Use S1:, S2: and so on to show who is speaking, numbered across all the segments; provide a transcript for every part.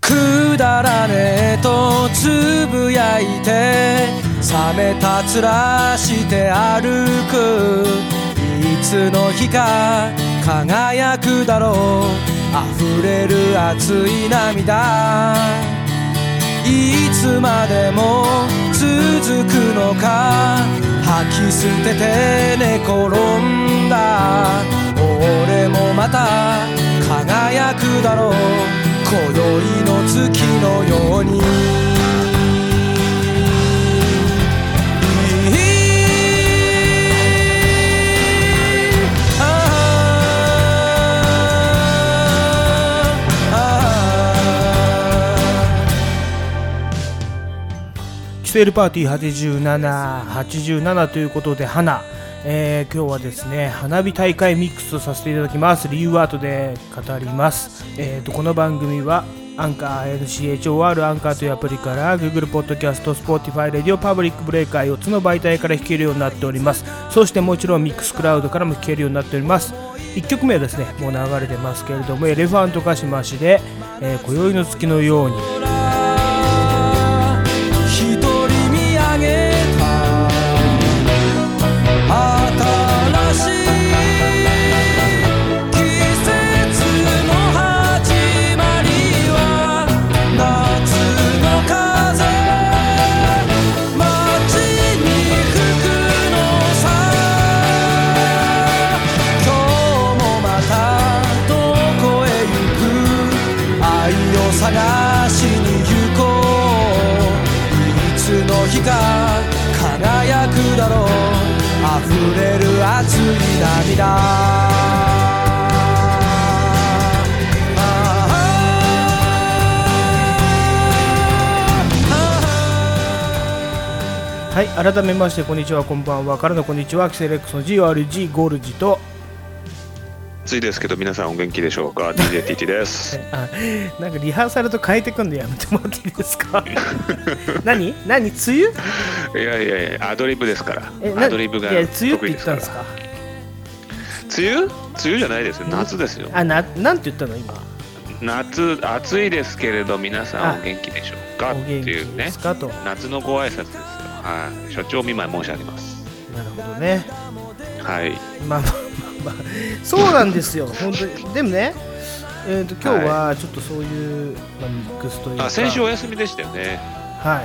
S1: くだらねえとつぶやいて冷めた面して歩くいつの日か輝くだろう溢れる熱い涙いつまでも続くのか吐き捨てて寝転んだ俺もまた輝くだろう今宵の月のようにああああ
S2: キセルパーティー8787ということで花、えー今日はですね花火大会ミックスをさせていただきます理由は後で語ります、えー、とこの番組はアンカー NCHOR アンカーというアプリから Google ポッドキャスト Spotify レディオパブリックブレイカー4つの媒体から弾けるようになっておりますそしてもちろんミックスクラウドからも弾けるようになっております1曲目はですねもう流れてますけれどもエレファントカシマシで、えー今宵の月のように
S1: 「一人見上げた新しい季節の始まりは夏の風」「街に吹くのさ」「今日もまたどこへ行く」「愛を探しに行こう」「いつの日か輝くだろう」「溢れる熱い涙」あ
S2: はい、改めましてこんにちは、こんばんはからのこんにちは、キセレックスの GRG ゴールジと、
S3: ついですけど皆さんお元気でしょうか DJTT です
S2: あなんかリハーサルと変えてくんでやめてもらっていいですか 何何梅雨
S3: いやいやいやアドリブですから
S2: な
S3: アドリブが
S2: いや、梅雨って
S3: 得
S2: 言
S3: 意で
S2: った
S3: すか
S2: ん
S3: ら
S2: ですか
S3: 梅雨梅雨じゃないですよ夏ですよ
S2: あ、な、なんて言ったの今。
S3: 夏暑いですけれど皆
S2: あ
S3: さんお元気でしょう
S2: お
S3: かって
S2: 元気
S3: いう
S2: で
S3: ね
S2: すかと。
S3: 夏のご挨拶ですよはい所長見舞い申し上げます
S2: なるほどね。
S3: はい
S2: まあまあまあまあ、そうなんですよ、本当に。でもね、えっ、と、今日はちょっとそういう、まあ、ミックスというか。
S3: あ先週お休みでしたよね
S2: は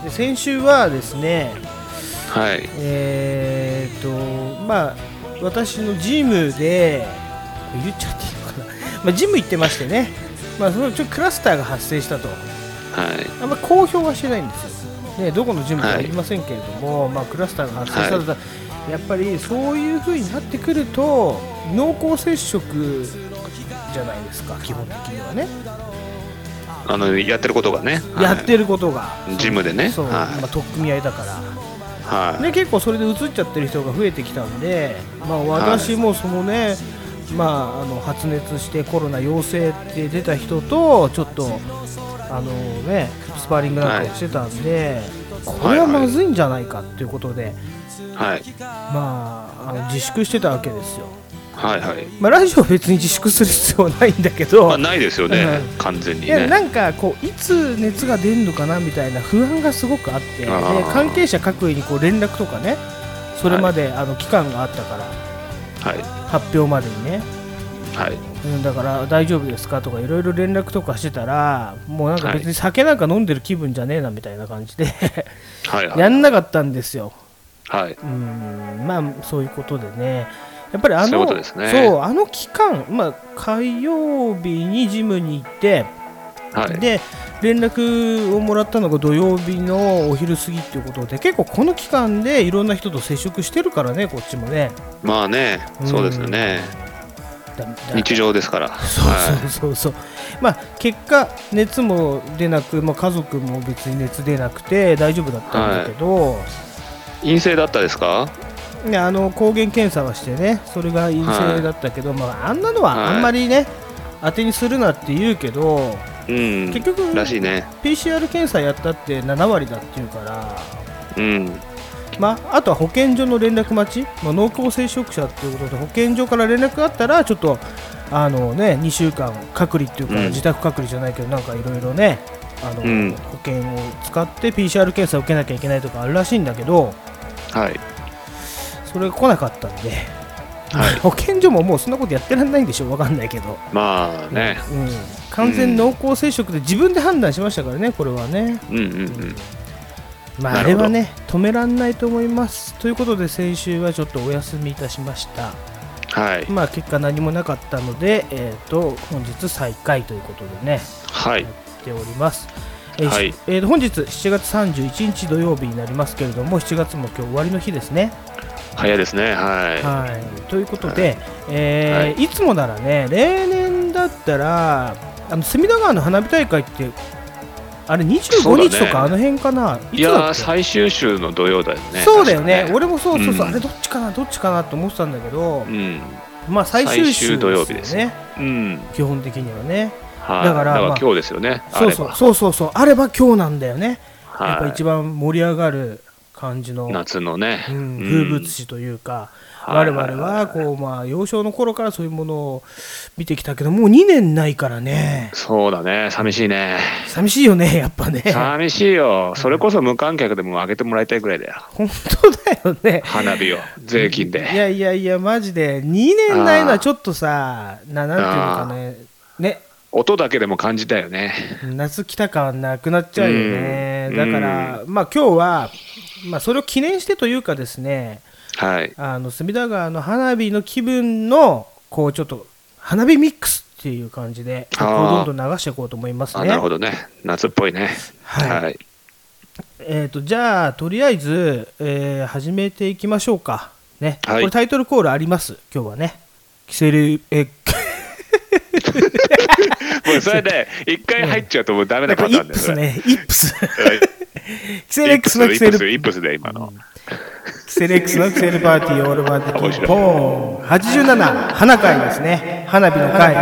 S2: い。で先週はですね、
S3: はい
S2: えー、とまあ私のジムで言っちゃっていいのかな、まあ、ジム行ってましてね、まあ、そのちょっとクラスターが発生したと
S3: はい
S2: あんまり公表はしてないんですよ、ね、どこのジムかは言いませんけれども、まあ、クラスターが発生したと、やっぱりそういう風になってくると濃厚接触じゃないですか基本的にはね、
S3: あのやってることがねはい
S2: やってることが
S3: ジムでね
S2: そう、
S3: はい
S2: まあ、取っ組み合いだから。
S3: はい
S2: ね、結構それで移っちゃってる人が増えてきたんで、まあ、私もそのね、まあ、あの発熱してコロナ陽性って出た人とちょっとあの、ね、スパーリングなんかをしてたんで、これはまずいんじゃないかということで、
S3: はい
S2: まあ、あの自粛してたわけですよ、
S3: はいはい
S2: まあ、ラジオは別に自粛する必要はないんだけ
S3: ま
S2: ど
S3: あ。ないですよね
S2: う
S3: 完全に
S2: いやな
S3: ね
S2: んかこういつ熱が出るのかなみたいな不安がすごくあってで
S3: あー
S2: 関係者各位にこう連絡とかねそれまで、あの期間があったから
S3: はい
S2: 発表までにね、
S3: はい
S2: うん、だから大丈夫ですかとかいろいろ連絡とかしてたらもうなんか別に酒なんか飲んでる気分じゃねえなみたいな感じで
S3: はいは
S2: や
S3: い
S2: んなかったんですよ、
S3: はい
S2: うんまあそういうことでねやっぱりあの
S3: そういうことですね
S2: そうあの期間、まあ、火曜日にジムに行って、
S3: はい
S2: で連絡をもらったのが土曜日のお昼過ぎっていうことで結構この期間でいろんな人と接触してるからねこっちもね
S3: まあね、
S2: うん
S3: そうですよね。
S2: だだ
S3: 日常ですから。
S2: そうそうそうそう、まあ結果熱も出なく、まあ、家族も別に熱出なくて大丈夫だったんだけど、
S3: い、陰性だったですか
S2: ねあの抗原検査はしてねそれが陰性だったけど、まあ、あんなのは
S3: はい
S2: あんまりね、当てにするなって言うけど
S3: うん。
S2: 結局
S3: らしいね。
S2: PCR 検査やったって7割だっていうから、
S3: うん。
S2: まあ、あとは保健所の連絡待ち、まあ、濃厚接触者っていうことで保健所から連絡があったらちょっとあの、ね、2週間隔離っていうか
S3: うん
S2: 自宅隔離じゃないけど、なんかいろいろねあの、
S3: うん
S2: 保険を使って PCR 検査を受けなきゃいけないとかあるらしいんだけど
S3: はい
S2: それが来なかったんで、
S3: はい
S2: 保健所ももうそんなことやってらんないんでしょわかんないけど、
S3: まあね
S2: うん、完全濃厚接触で自分で判断しましたからねこれはね
S3: うんうんうん
S2: まあ、あ
S3: な
S2: れ
S3: るほど
S2: はね止めらんないと思いますということで先週はちょっとお休みいたしました
S3: はい
S2: まあ結果何もなかったので、えー、と本日最下位ということでね
S3: はい
S2: やっております、えーし
S3: はい
S2: えーと本日7月31日土曜日になりますけれども7月も今日終わりの日ですね、
S3: 早いですねは
S2: はい、ということで、えー、
S3: はい
S2: つもならね例年だったらあの隅田川の花火大会ってあれ
S3: そう
S2: 25
S3: だね
S2: 日とかあの辺かな、
S3: い
S2: い
S3: い
S2: つだ
S3: やー
S2: っけ
S3: 最終週の土曜だよね
S2: そうだよね
S3: 確か
S2: 俺もそうそうそう、
S3: うん
S2: あれどっちかなどっちかなと思ってたんだけど、
S3: うん
S2: まあ最終週
S3: 最終土曜日です
S2: ね
S3: うん
S2: 基本的にはね
S3: はい
S2: だ
S3: だ
S2: か
S3: からら
S2: まあ
S3: 今日ですよねあ
S2: そう
S3: れ
S2: そう
S3: ば
S2: そうそうそうあれば今日なんだよね、やっぱ
S3: は
S2: 一番盛り上がる感じの、
S3: い
S2: うん、
S3: 夏のね
S2: 風物詩というか、
S3: はい
S2: 我々はこうまあ幼少の頃からそういうものを見てきたけどもう2年ないからね
S3: そうだね寂しいね
S2: 寂しいよねやっぱね
S3: 寂しいよそれこそ無観客でも上げてもらいたいぐらいだよ
S2: 本当だよね
S3: 花火を税金で
S2: いやいやいやマジで2年ないのはちょっとさななんていうのかねね
S3: 音だけでも感じたよね。
S2: 夏来た感なくなっちゃうよね、
S3: うん
S2: だから、まあ今日は、まあ、それを記念してというかですね
S3: はい。
S2: あの隅田川の花火の気分のこうちょっと花火ミックスっていう感じで
S3: あー
S2: 曲をどんどん流していこうと思います
S3: あ、
S2: ね
S3: なるほどね。夏っぽいね。
S2: はい
S3: はい。
S2: えー、とじゃあとりあえず、えー始めていきましょうかね、
S3: はい
S2: これタイトルコールあります今日はねキセルえ
S3: もうそれで、一回入っちゃうともうダメ
S2: な
S3: なん
S2: か
S3: パ
S2: イ
S3: ター
S2: ッ
S3: ンで
S2: プス
S3: すね。
S2: ねイップス
S3: それ
S2: キセル X の
S3: イ
S2: キ
S3: ップ
S2: セル
S3: スイップス、イップスで今の。
S2: キセレックスのキセルパーティーオールバーティ
S3: 面
S2: ー
S3: 白い
S2: ポーン87花会ですね花火の会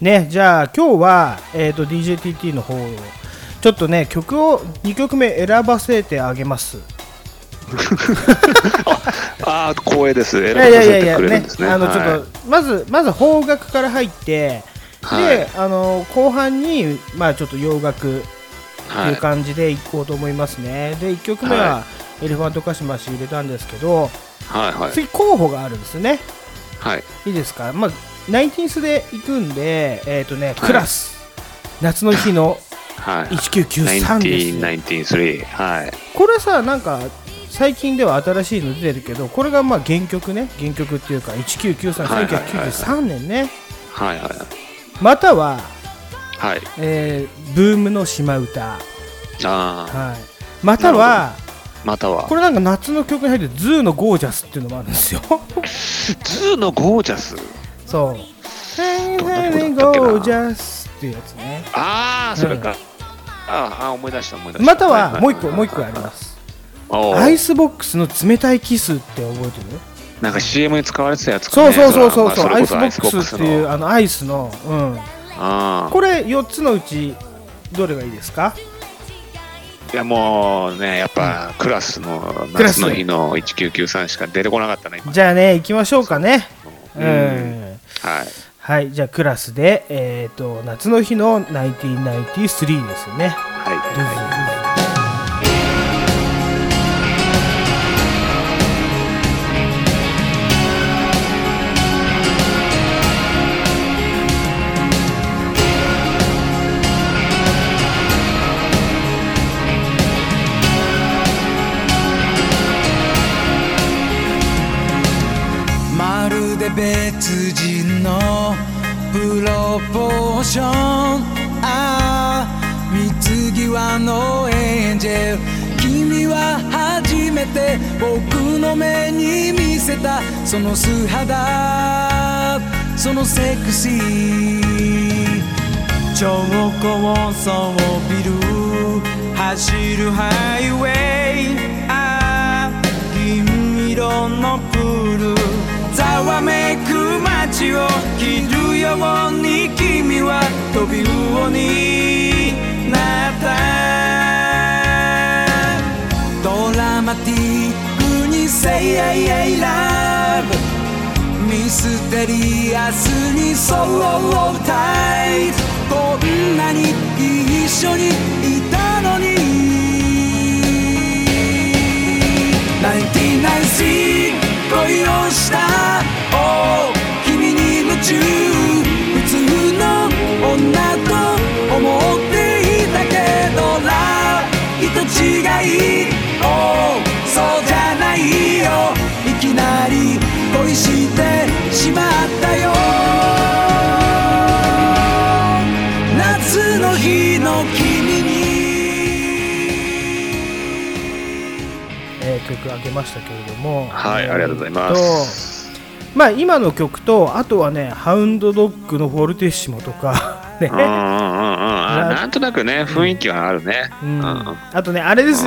S2: ねじゃあ今日は、えー、と DJTT の方をちょっとね曲を2曲目選ばせてあげます
S3: ああ、光栄です。選
S2: い
S3: ば
S2: や
S3: さ
S2: いやい
S3: せ
S2: やい
S3: て
S2: や
S3: くれ
S2: ね
S3: るんですね。
S2: あのちょ
S3: はい
S2: っとまずまず邦楽から入って
S3: はい
S2: であの後半にまあちょっと洋楽って
S3: はいいう
S2: 感じでいこうと思いますね、で1曲目はエレファントカシマシ入れたんですけど、
S3: はいはい。
S2: 次候補があるんですね
S3: はい。
S2: いいですかまあナインティンスで行くんでえっ、とねクラス、夏の日の
S3: はい。
S2: 1993ですよ
S3: 1993。はい。
S2: これさなんか最近では新しいの出てるけどこれがまあ原曲ね原曲っていうか
S3: はいはいはい
S2: 19931993年ね
S3: はいはい。
S2: または、
S3: はい。
S2: えーブームの島唄、
S3: ああ、
S2: はい、または
S3: または
S2: こ。れなんか夏の曲に入ってる「ズーのゴージャス」っていうのもあるん ですよ
S3: ズーのゴージャス。
S2: そう「ヘイヘイ
S3: どんな曲だったっけな
S2: ゴージャス」っていうやつね
S3: ああ、それか。あーあー、思い出した思い出した。。
S2: またはもう一個もう一個ありますす
S3: おー
S2: アイスボックスの冷たいキスって覚えてる
S3: なんか CM に使われてたやつか
S2: そう
S3: ね
S2: そうそうそうそう、
S3: れはま
S2: ア
S3: あ
S2: イス
S3: そ
S2: ボ
S3: れこそ
S2: ックスっていう
S3: アイスボックスの
S2: あのアイスの、う
S3: あ
S2: ん、
S3: ー
S2: これ4つのうちどれがいいですか
S3: いやもうねやっぱクラスの夏の日の1993しか出てこなかったね今
S2: じゃあね行きましょうかねうん、
S3: はい
S2: はいじゃあクラスで、えー、と夏の日の1993ですね
S3: はい
S4: 「
S1: 別人のプロポーションああ水際のエンジェル君は初めて僕の目に見せたその素肌そのセクシー超高層ビル走るハイウェイああ銀色のプールざわめく街を切るように君は飛び魚になったドラマティックに「Say I, I love」ミステリアスにソロを歌いこんなに一緒にいたのに99C 恋をしたお君に夢中普通の女と思っていたけどライと違いおそうじゃないよいきなり恋してしまったよ夏の日の君
S2: えー曲あげましたけれども
S3: はい
S2: えー
S3: ありがとうございます
S2: とまあ今の曲とあとはねハウンドドッグのフォルテッシモとかね
S3: うんうんうんうんあなんとなくね雰囲気はあるねう
S2: うんん
S3: うん
S2: あとねあれです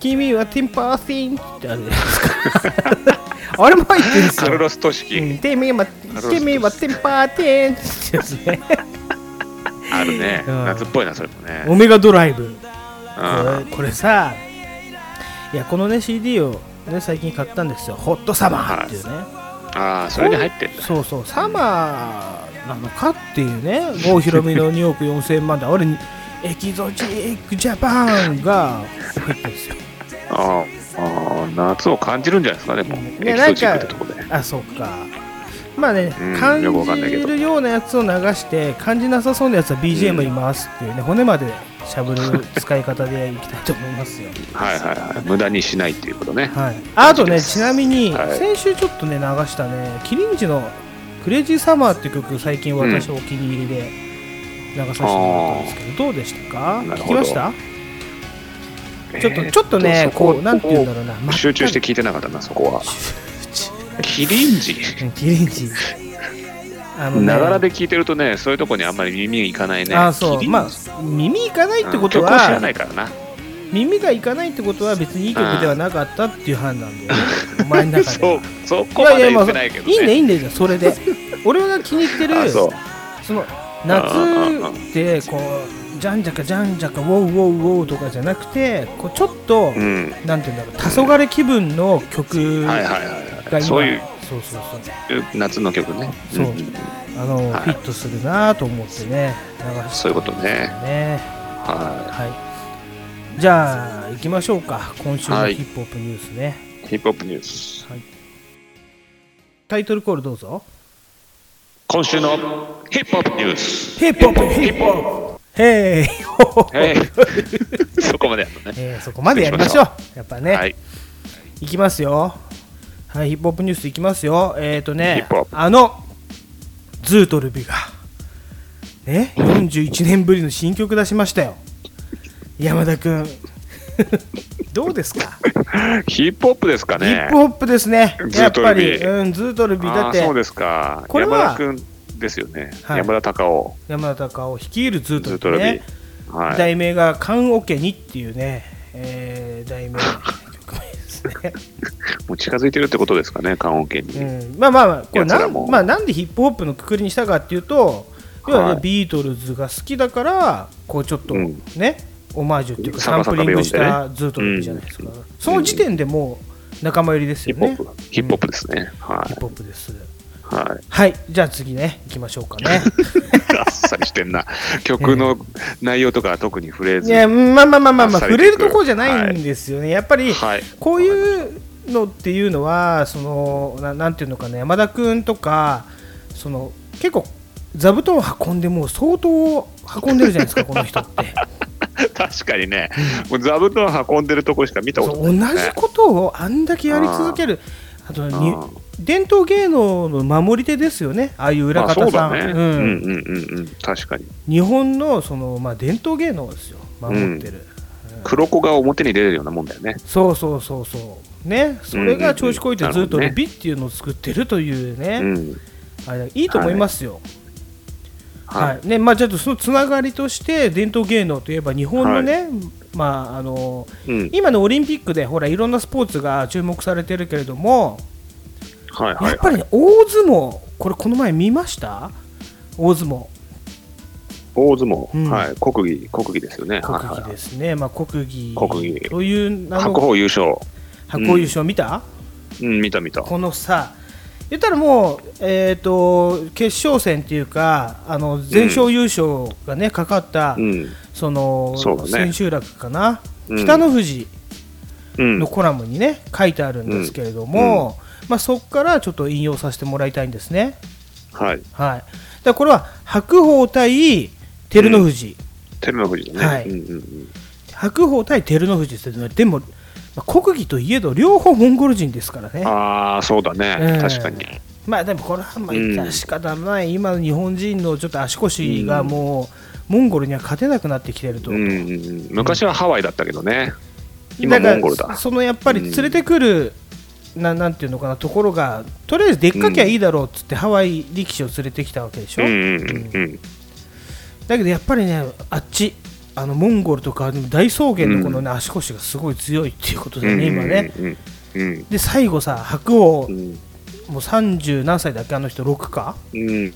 S2: 君はティンパーセンってあれじゃないです かあれも入ってるんです
S3: カ
S2: よ
S3: ルロス・トシキ、
S2: うんてめえはてめえはテンパーテンってやつ ね
S3: あるね、
S2: うん
S3: 夏っぽいなそれもね
S2: オメガドライブ
S3: うん
S2: これこれさいやこのね CD をね最近買ったんですよホットサマーっていうね、
S3: ああそれに入ってんだ
S2: そうそうサマーなのかっていうね郷ひろみの2億4000万で俺にエキゾチックジャパンが入ってるんですよ
S3: あーあー夏を感じるんじゃないですかねもう
S2: い
S3: エ
S2: や
S3: キ
S2: なんか
S3: ゾチックってとこで
S2: あそうかまあね、
S3: うん
S2: 感
S3: よくわかんないけ
S2: じ
S3: ど
S2: るようなやつを流して感じなさそうなやつは BGM に回すっていうね、骨までしゃぶる使い方でいきたいと思い ますよ
S3: はいはいはい無駄にしないっていうことね
S2: はい、あとねちなみに、
S3: はい
S2: 先週ちょっとね流したねキリンジの「クレイジーサマー」っていう曲最近私お気に入りで流させてもらったんですけど、どうでしたか
S3: なる
S2: 聞き
S3: ほど
S2: ましたちょっ
S3: えー
S2: とちょっとね
S3: そ
S2: こうなんて言うんだろうなま
S3: 集中して聞いてなかったな そこはキリンジ
S2: うんキリンジ あね
S3: ながらで聞いてるとねそういうとこにあんまり耳いかないね
S2: あそう
S3: キリン
S2: まあ耳いかないってこと
S3: 曲を知ら
S2: は、
S3: ないからな
S2: 耳がいかないってことは別にいい曲ではなかったっていう判断 で、お前の中で
S3: そうそこまで言ってないけどね
S2: いいんだいいんだよそれで俺が気に入って
S3: あ
S2: る
S3: そう
S2: その
S3: うんうんうん
S2: 夏ってこうじゃんじゃかじゃんじゃかウォウウォウウォウとかじゃなくてこうちょっと、
S3: うんは
S2: なんて言うんだろう黄昏気分の曲
S3: い
S2: が
S3: はい
S2: 今、
S3: はいはいそういう
S2: そうそうそう
S3: 夏の曲ね
S2: そうん
S3: ん
S2: あの、
S3: はい
S2: フィットするなと思ってね流してたんです
S3: そういう
S2: よ
S3: ことね
S2: ね
S3: は
S2: はいじゃあ行きましょうか今週の
S3: はい
S2: ヒップホップニュースね、
S3: いヒップホップニュース
S2: タイトルコールどうぞ
S3: 今週のヒップホップニュース
S2: ヒップホップヒップホップヘイホホ
S3: えい そこまでやったね
S2: えーそこまでやりましょう。やっぱね、、
S3: はい い
S2: きますよ。はい、ヒップホップニュースいきますよ。えっ、と
S3: ヒ
S2: ね
S3: ップホッ、プ
S2: あの、ズートルビが、ね、41年ぶりの新曲出しましたよ。山田君 どうですか、
S3: ヒップホップですか
S2: ヒッ
S3: ね
S2: プホップですね。
S3: ズ
S2: や
S3: ー
S2: っ
S3: トル
S2: ぱ
S3: ビ
S2: り、うん、ズートルビだ
S3: あ
S2: っ
S3: あそう
S2: て、
S3: ですか
S2: これは
S3: 山田君ですよね
S2: はい
S3: 山田隆夫
S2: 山田隆を率いるズート
S3: ず
S2: ル
S3: っと
S2: ビ
S3: ラビ
S2: ね。
S3: はい
S2: 題名が、カンオケにっていうね、えー題名、曲名ですね。
S3: もう近づいてるってことですかね棺桶
S2: う
S3: に
S2: ん、まあまあまあこれ
S3: やつ
S2: な
S3: ら
S2: ん,、
S3: も
S2: まあ、なんでヒップホップのくくりにしたかっていうと要はね、
S3: はい
S2: ビートルズが好きだからこうちょっと
S3: うん
S2: ね、オマージュっていうかサ
S3: 逆
S2: ン
S3: さ
S2: プ
S3: ま
S2: リングし
S3: 呼んで
S2: たずっといいじゃないですか、
S3: うん
S2: その時点でもう仲間入りです
S3: ヒッ
S2: よ
S3: プ
S2: ね
S3: ホップヒップホップですねは
S2: ヒップホップです
S3: いはい
S2: はいじゃあ次ね行きましょうか ね
S3: あっさりして んな。曲の内容とかは特に触れ
S2: い
S3: ず。
S2: やまあまあまあまあ、ま
S3: あっ
S2: あ、
S3: さり
S2: 触
S3: とい
S2: れ
S3: く
S2: るところじゃないんですよね、やっぱり、
S3: はい
S2: こういうのっていうのはそのななんていうのかな山田君とかその結構座布団を運んでもう相当運んでるじゃないです かこの人って
S3: 確かにね、もう座布団運んでるとこしか見たこ
S2: そ
S3: と
S2: う同
S3: ない、ね。
S2: じことをあんだけやり続けるあとに
S3: うん
S2: 伝統芸能の守り手ですよねああいう裏
S3: まあそ
S2: 方
S3: う
S2: さ
S3: だ
S2: ん、
S3: ね。うん
S2: う
S3: う
S2: ん
S3: んうんうん。確かに。
S2: 日本のその、まあ、伝統芸能ですよ守ってる、
S3: 黒子が表に出るようなもんだよね。
S2: そうそうそうそうねそれが調子こいてずっと
S3: うんうんうんなるほどね
S2: ビっていうのを作ってるというね、
S3: うん。
S2: あれいいと思いますよ、はい
S3: い。
S2: ねまあ、ちょっとそのつながりとして伝統芸能といえば日本のね、まあ、あの
S3: うん。
S2: 今のオリンピックでほらいろんなスポーツが注目されてるけれども
S3: はいは
S2: や
S3: い
S2: っ。ぱり、ね、大相撲これこの前見ました大相撲
S3: 大相
S2: うん
S3: 撲。はい。国技、国技ですよね。はい
S2: 国
S3: はい
S2: 技
S3: はい
S2: ですね、まあ、国技
S3: 国技
S2: という名
S3: 白
S2: の
S3: 鵬優勝。
S2: 白鵬優勝見た、
S3: うん、見た見た。
S2: このさ言ったらもう、えー、と決勝戦っていうかあの全勝優勝がね、かかった、
S3: うん。
S2: その
S3: そうだね
S2: 千秋楽かな、
S3: うん
S2: 北の富士
S3: うん
S2: の。コラムにね書いてあるんですけれども、まあ、そこからちょっと引用させてもらいたいんですね。
S3: はい。
S2: はい、だからこれは白鵬対照ノ富士、
S3: 照ノ富士
S2: は
S3: だ
S2: い
S3: ね。うんうんうん。
S2: 白鵬対照ノ富士ですけどでも、まあ、国技といえど両方モンゴル人ですからね。
S3: ああ、そうだ
S2: え
S3: ね。
S2: え
S3: 確かに。
S2: まあでもこれはまあ
S3: うん
S2: 致し方ない、今の日本人のちょっと足腰がもう、モンゴルには勝てなくなってきてると、
S3: うんうんうん。昔はハワイだったけどね。今
S2: だから
S3: モンゴルだ
S2: そのやっぱり連れてくる、ななんていうのかなところがとりあえずでっかきゃいいだろうっつって、ハワイ力士を連れてきたわけでし
S3: う
S2: ょ、
S3: んうんうん
S2: だけどやっぱりねあっちあのモンゴルとかでも大草原のこの、ね足腰がすごい強いっていうこと
S3: う
S2: で
S3: ん。
S2: ね、今ね
S3: うんうん
S2: で最後さ白鵬、
S3: うん。うん
S2: もう30何歳だっけあの人6か
S3: うん。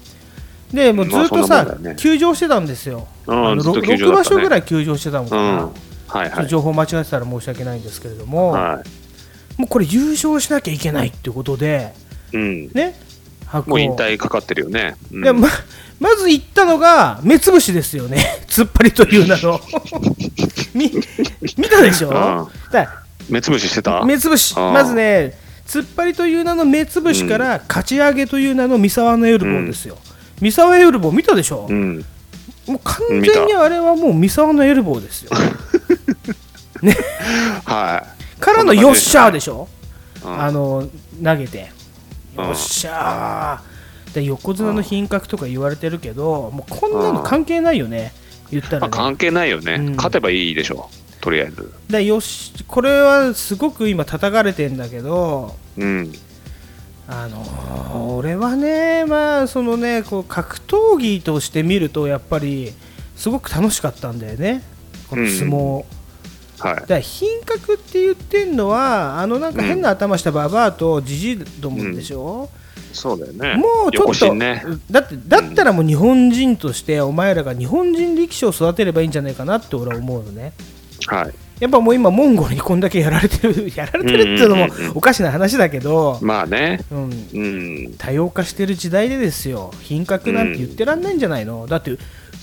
S2: でもうずっと
S3: まあそんなも
S2: さ
S3: んだ、よね
S2: 休場してたんですよ、
S3: うん
S2: あの
S3: ずっと休
S2: 6
S3: 場だ
S2: 場
S3: ったね
S2: 所ぐらい休場してたもん
S3: う
S2: か
S3: ん
S2: な、。
S3: は
S2: ちょっ
S3: いは
S2: と
S3: い。
S2: 情報間違えてたら申し訳ないんですけれども、
S3: は
S2: もうこれ、優勝しなきゃいけないってことで、
S3: い。うん。
S2: ね、白鵬
S3: もう引退かかってるよね。うん
S2: でままず行ったのが、目つぶしですよね、 突っ張りという名の。 み見たでしょ、
S3: うん
S2: だか
S3: 目つぶししてた
S2: ら目つぶし、
S3: あー
S2: まずね、突っ張りという名の目つぶしから、かち上げという名の三沢のエルボーですよ。三沢エルボー見たでしょ、
S3: うん。
S2: もう完全にあれはもう三沢のエルボーですよ。
S3: は
S2: からのよっしゃーでしょ、
S3: い。うん
S2: あの投げて、
S3: うん
S2: よっしゃーで横綱の品格とか言われてるけど、もうこんなの関係ないよね、言ったら、
S3: まあ、
S2: ね、だか
S3: 関係ないよね、
S2: うん
S3: 勝てばいいでしょう、とりあえず。
S2: らよしこれはすごく今、叩かれてんだけど、
S3: うん、
S2: あのー俺はね、まあそのねこう格闘技として見ると、やっぱりすごく楽しかったんだよね、この相撲。
S3: はい
S2: だ。から品格って言ってんのはあのなんか変な頭したババアとじじいどもでしょ、
S3: そうだよね。
S2: もうちょ
S3: 横
S2: っと、
S3: 心ね。
S2: だってだったらもう日本人としてお前らが日本人力士を育てればいいんじゃないかなって俺は思うのね
S3: はい。
S2: やっぱもう今モンゴルにこんだけやられてるやられてるっていうのも
S3: うんうんうんうん
S2: おかしな話だけど、
S3: まあね。
S2: うん、
S3: うん。
S2: 多様化してる時代でですよ品格なんて言ってらんないんじゃないの、だって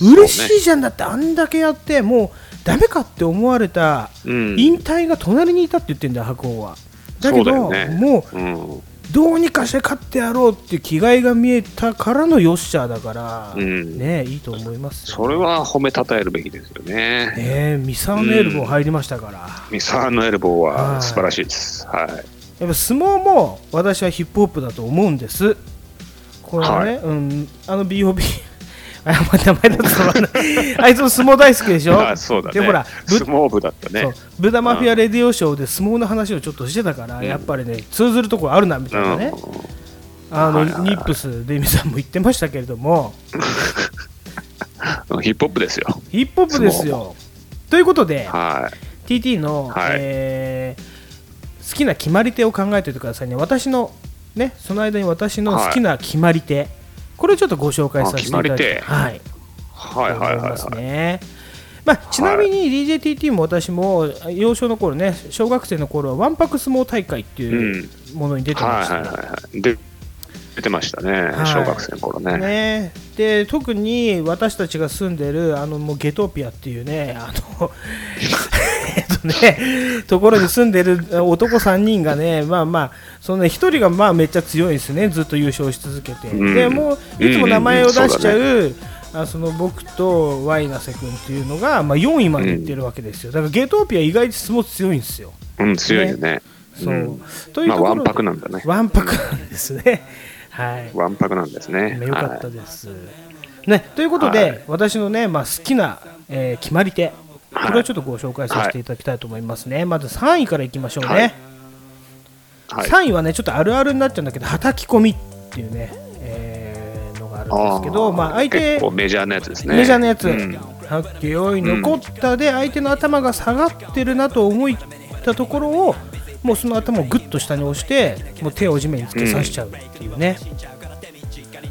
S2: 嬉しいじゃんだってあんだけやってもうダメかって思われた
S3: うん。
S2: 引退が隣にいたって言ってんだよ、白鵬は。だけ
S3: そ
S2: ど、
S3: うだよね
S2: も
S3: うん。
S2: うどうにかして勝ってやろうって気概が見えたからのよっしゃーだから、
S3: うん
S2: ねいいと思いますよ。
S3: それは褒めたたえるべきですよ
S2: ね
S3: ね。
S2: えミサオのエルボー入りましたから、
S3: ミサーのエルボ
S2: は
S3: ー
S2: い
S3: は素晴らしいです。はい。
S2: やっぱ相撲も私はヒップホップだと思うんです。これはね、
S3: はい
S2: うん、あの BOB あまた名前だとわない あいつも相撲大好きでしょ
S3: まあそうだね。
S2: でほらぶ
S3: 相撲部だった
S2: そう
S3: ね。
S2: ブダマフィアレディオショーで相撲の話をちょっとしてたから、
S3: うん
S2: やっぱりね通ずるところあるなみ
S3: う
S2: たいなんね、。あの、
S3: はいはいはい
S2: ニップスデミさんも言ってましたけれども、
S3: うんヒップホップですよ。
S2: ヒップホップですよ。ということで、
S3: は
S2: TT の、
S3: はい
S2: えー好きな決まり手を考えておいてくださいね。私の、ね、その間に私の好きな決まり手、これをちょっとご紹介させていただいて、
S3: あ決
S2: はい、
S3: い。はい
S2: と思
S3: はい
S2: い
S3: はい
S2: ます
S3: はい。
S2: ね。まあ、ちなみに DJTT も私も幼少の頃ね小学生の頃はわんぱく相撲大会っていうものに出て
S3: は
S2: ま
S3: い
S2: した
S3: はい
S2: ね
S3: はいはい。で、出てましたね
S2: はい。
S3: 小学生の頃ね。
S2: ね、で特に私たちが住んでるあのもうゲトピアっていうねあの えっとねところに住んでる男3人がねまあまあそのね1人がまあめっちゃ強いんですねずっと優勝し続けて、
S3: うん
S2: でもういつも名前を出しちゃう,、
S3: うん
S2: あその僕とワイナセ君っていうのが、まあ、4位までいってるわけですよだからゲトピア意外と相撲強いんですよ
S3: うん、強いよね。
S2: そう、
S3: うん
S2: という
S3: まあ、
S2: とこ
S3: わ
S2: ろで
S3: んぱくなんだね。
S2: わんぱくなんですねはい
S3: わんぱくなんですね。
S2: 良かった
S3: はい
S2: です。ね、ということで、
S3: はい
S2: 私の、ねまあ、好きな、えー決まり手、
S3: はい
S2: これをちょっとご紹介させていただきたいと思いますね、まず3位からいきましょうね、
S3: はいはい。
S2: 3位はねちょっとあるあるになっちゃうんだけど、はたき込みっていうね、えーのがあるんですけど、
S3: ー
S2: まあ、相手
S3: 結、構メジャーなやつですね。
S2: メジャーのやつ、
S3: うん
S2: はっけよい、残ったで、相手の頭が下がってるなと思ったところを、もうその頭をぐっと下に押して、もう手を地面につけさせちゃうっていうね。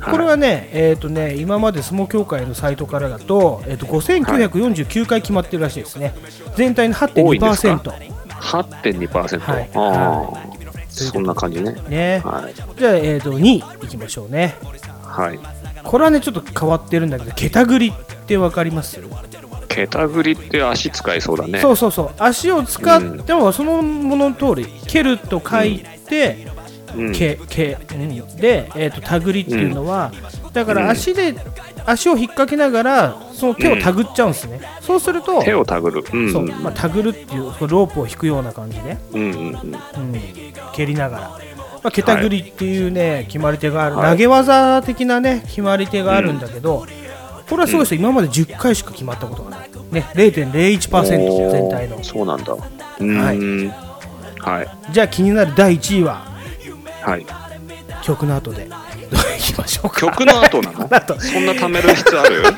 S2: これはね、えーとね今まで相撲協会のサイトからだと,、えー、と5949回決まってるらしいですね、全体の
S3: 多いんですか
S2: 8.2%、
S3: 8.2%、
S2: はい
S3: あ
S2: は
S3: ーそんな感じね。
S2: ね
S3: はい。
S2: じゃあ、えー、と2位いきましょうね、
S3: はい。
S2: これはねちょっと変わってるんだけど、ケタグリって分かります、
S3: ケタグリって足使いそうだね。
S2: そうそうそう、足を使ってもそのものの通り、蹴ると書いて、
S3: うん
S2: けけうんで、えー、とタグリっていうのは、だから足で、足を引っ掛けながら、その手をタグっちゃうんですね、そうすると、
S3: 手をたぐる。うん。
S2: そうまあ、タグルっていうそのロープを引くような感じで、
S3: うんうんうん。
S2: うん、蹴りながら、まあ、蹴たぐりっていうね、決まり手がある、
S3: はい
S2: 投げ技的なね決まり手があるんだけど、これはすごいですよ、今まで10回しか決まったことがない、ね、0.01%全体の
S3: おーそうなんだ。うん。
S2: は
S3: はいい。はい。
S2: じゃあ気になる第1位は
S3: はい。
S2: 曲の後 でどういきましょうか
S3: 曲の後 なの
S2: の後
S3: そんな貯める必要 ある
S2: なん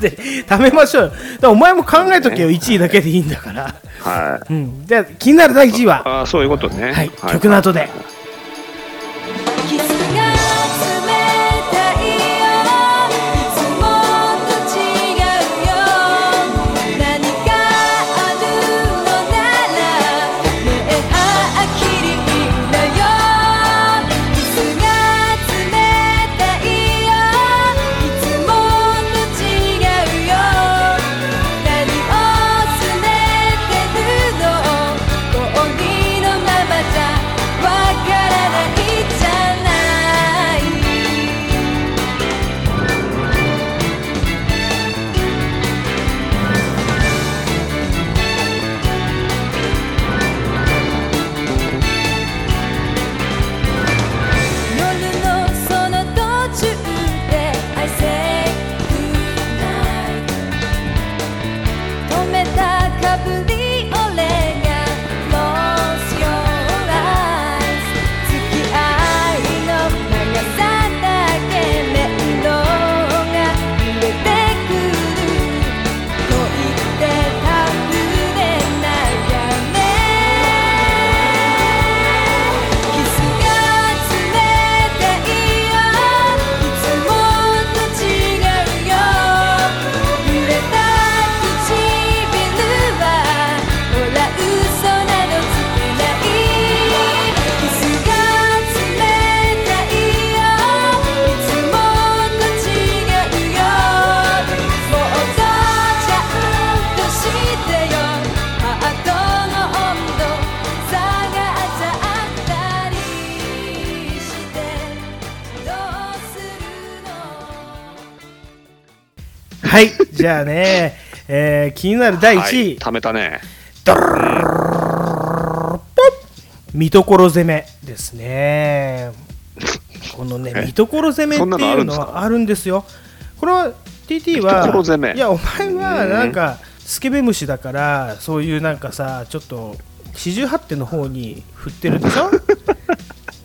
S2: で貯めましょうよだからお前も考えとけよ1位だけでいいんだから、
S3: はい。
S2: うん、じゃあ気になる第1位は、
S3: ああ、そういうことね。
S2: はい、曲の後で。
S4: 「キスが冷たいよ」「いつもと違うよ」「何かあるのならねえはっきりだよ」「キスが冷たいよ」「いつもと違うよ」「何をすねてるの?」「氷のままじゃわからないじゃない」夜のその途中で I say goodnight 止めたかぶり俺が Close your eyes 付き合いの長さだけ面倒が増えてくる「恋ってたぶれながめ」「キスが冷たいよ」「いつもと違うよ」「揺れた唇はほら嘘などつけない」「キスが冷たいよ」「いつもと違うよ」「もうちゃんとしてよ」「ハートの温度下がっちゃったりしてどうするの?」
S2: はい、じゃあね、えー気になる第1
S3: はい
S2: 位、
S3: 貯めたね。
S2: 見どころ攻めですね。このね、
S3: え
S2: 見どころ攻めって
S3: そんなの
S2: い
S3: あ
S2: う
S3: るんで
S2: の
S3: すか
S2: はあるんですよ。これは TT は、
S3: 懐攻め
S2: いや、お前は
S3: うん
S2: なんか、スケベ虫だから、そういうなんかさ、ちょっと、四十八手の方に振ってるでし ょ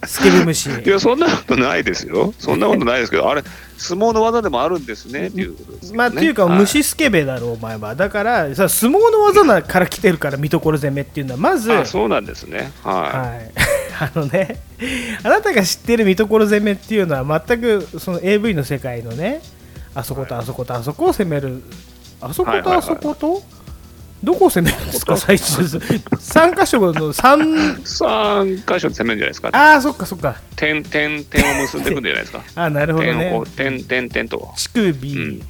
S2: スケベ虫。
S3: いや、そんなことないですよ。そんなことないですけど、あれ、相撲の技でもあるんですね、っていうことですけどね、
S2: まあ、っていうか、
S3: はい
S2: 虫スケベだろ、お前は。だから、さ相撲の技なから来てるから、見どころ攻めっていうのは、まず、
S3: あそうなんですね。は
S2: はい、 あのね、あなたが知ってる見所攻めっていうのは、全くその AV の世界のね、あそことあそことあそこを攻める、あそこ
S3: はいは
S2: と
S3: いはい
S2: あそこと、どこを攻めるんですか、最初、3箇所の
S3: い。
S2: 3、
S3: 3箇所で攻めるんじゃないですか。
S2: ああ、そっかそっか、
S3: 点、点、点を結んでいくんじゃないですか。
S2: あー なるほど
S3: 点を
S2: ね
S3: こう、、点、点、点と。
S2: 乳首、
S3: うん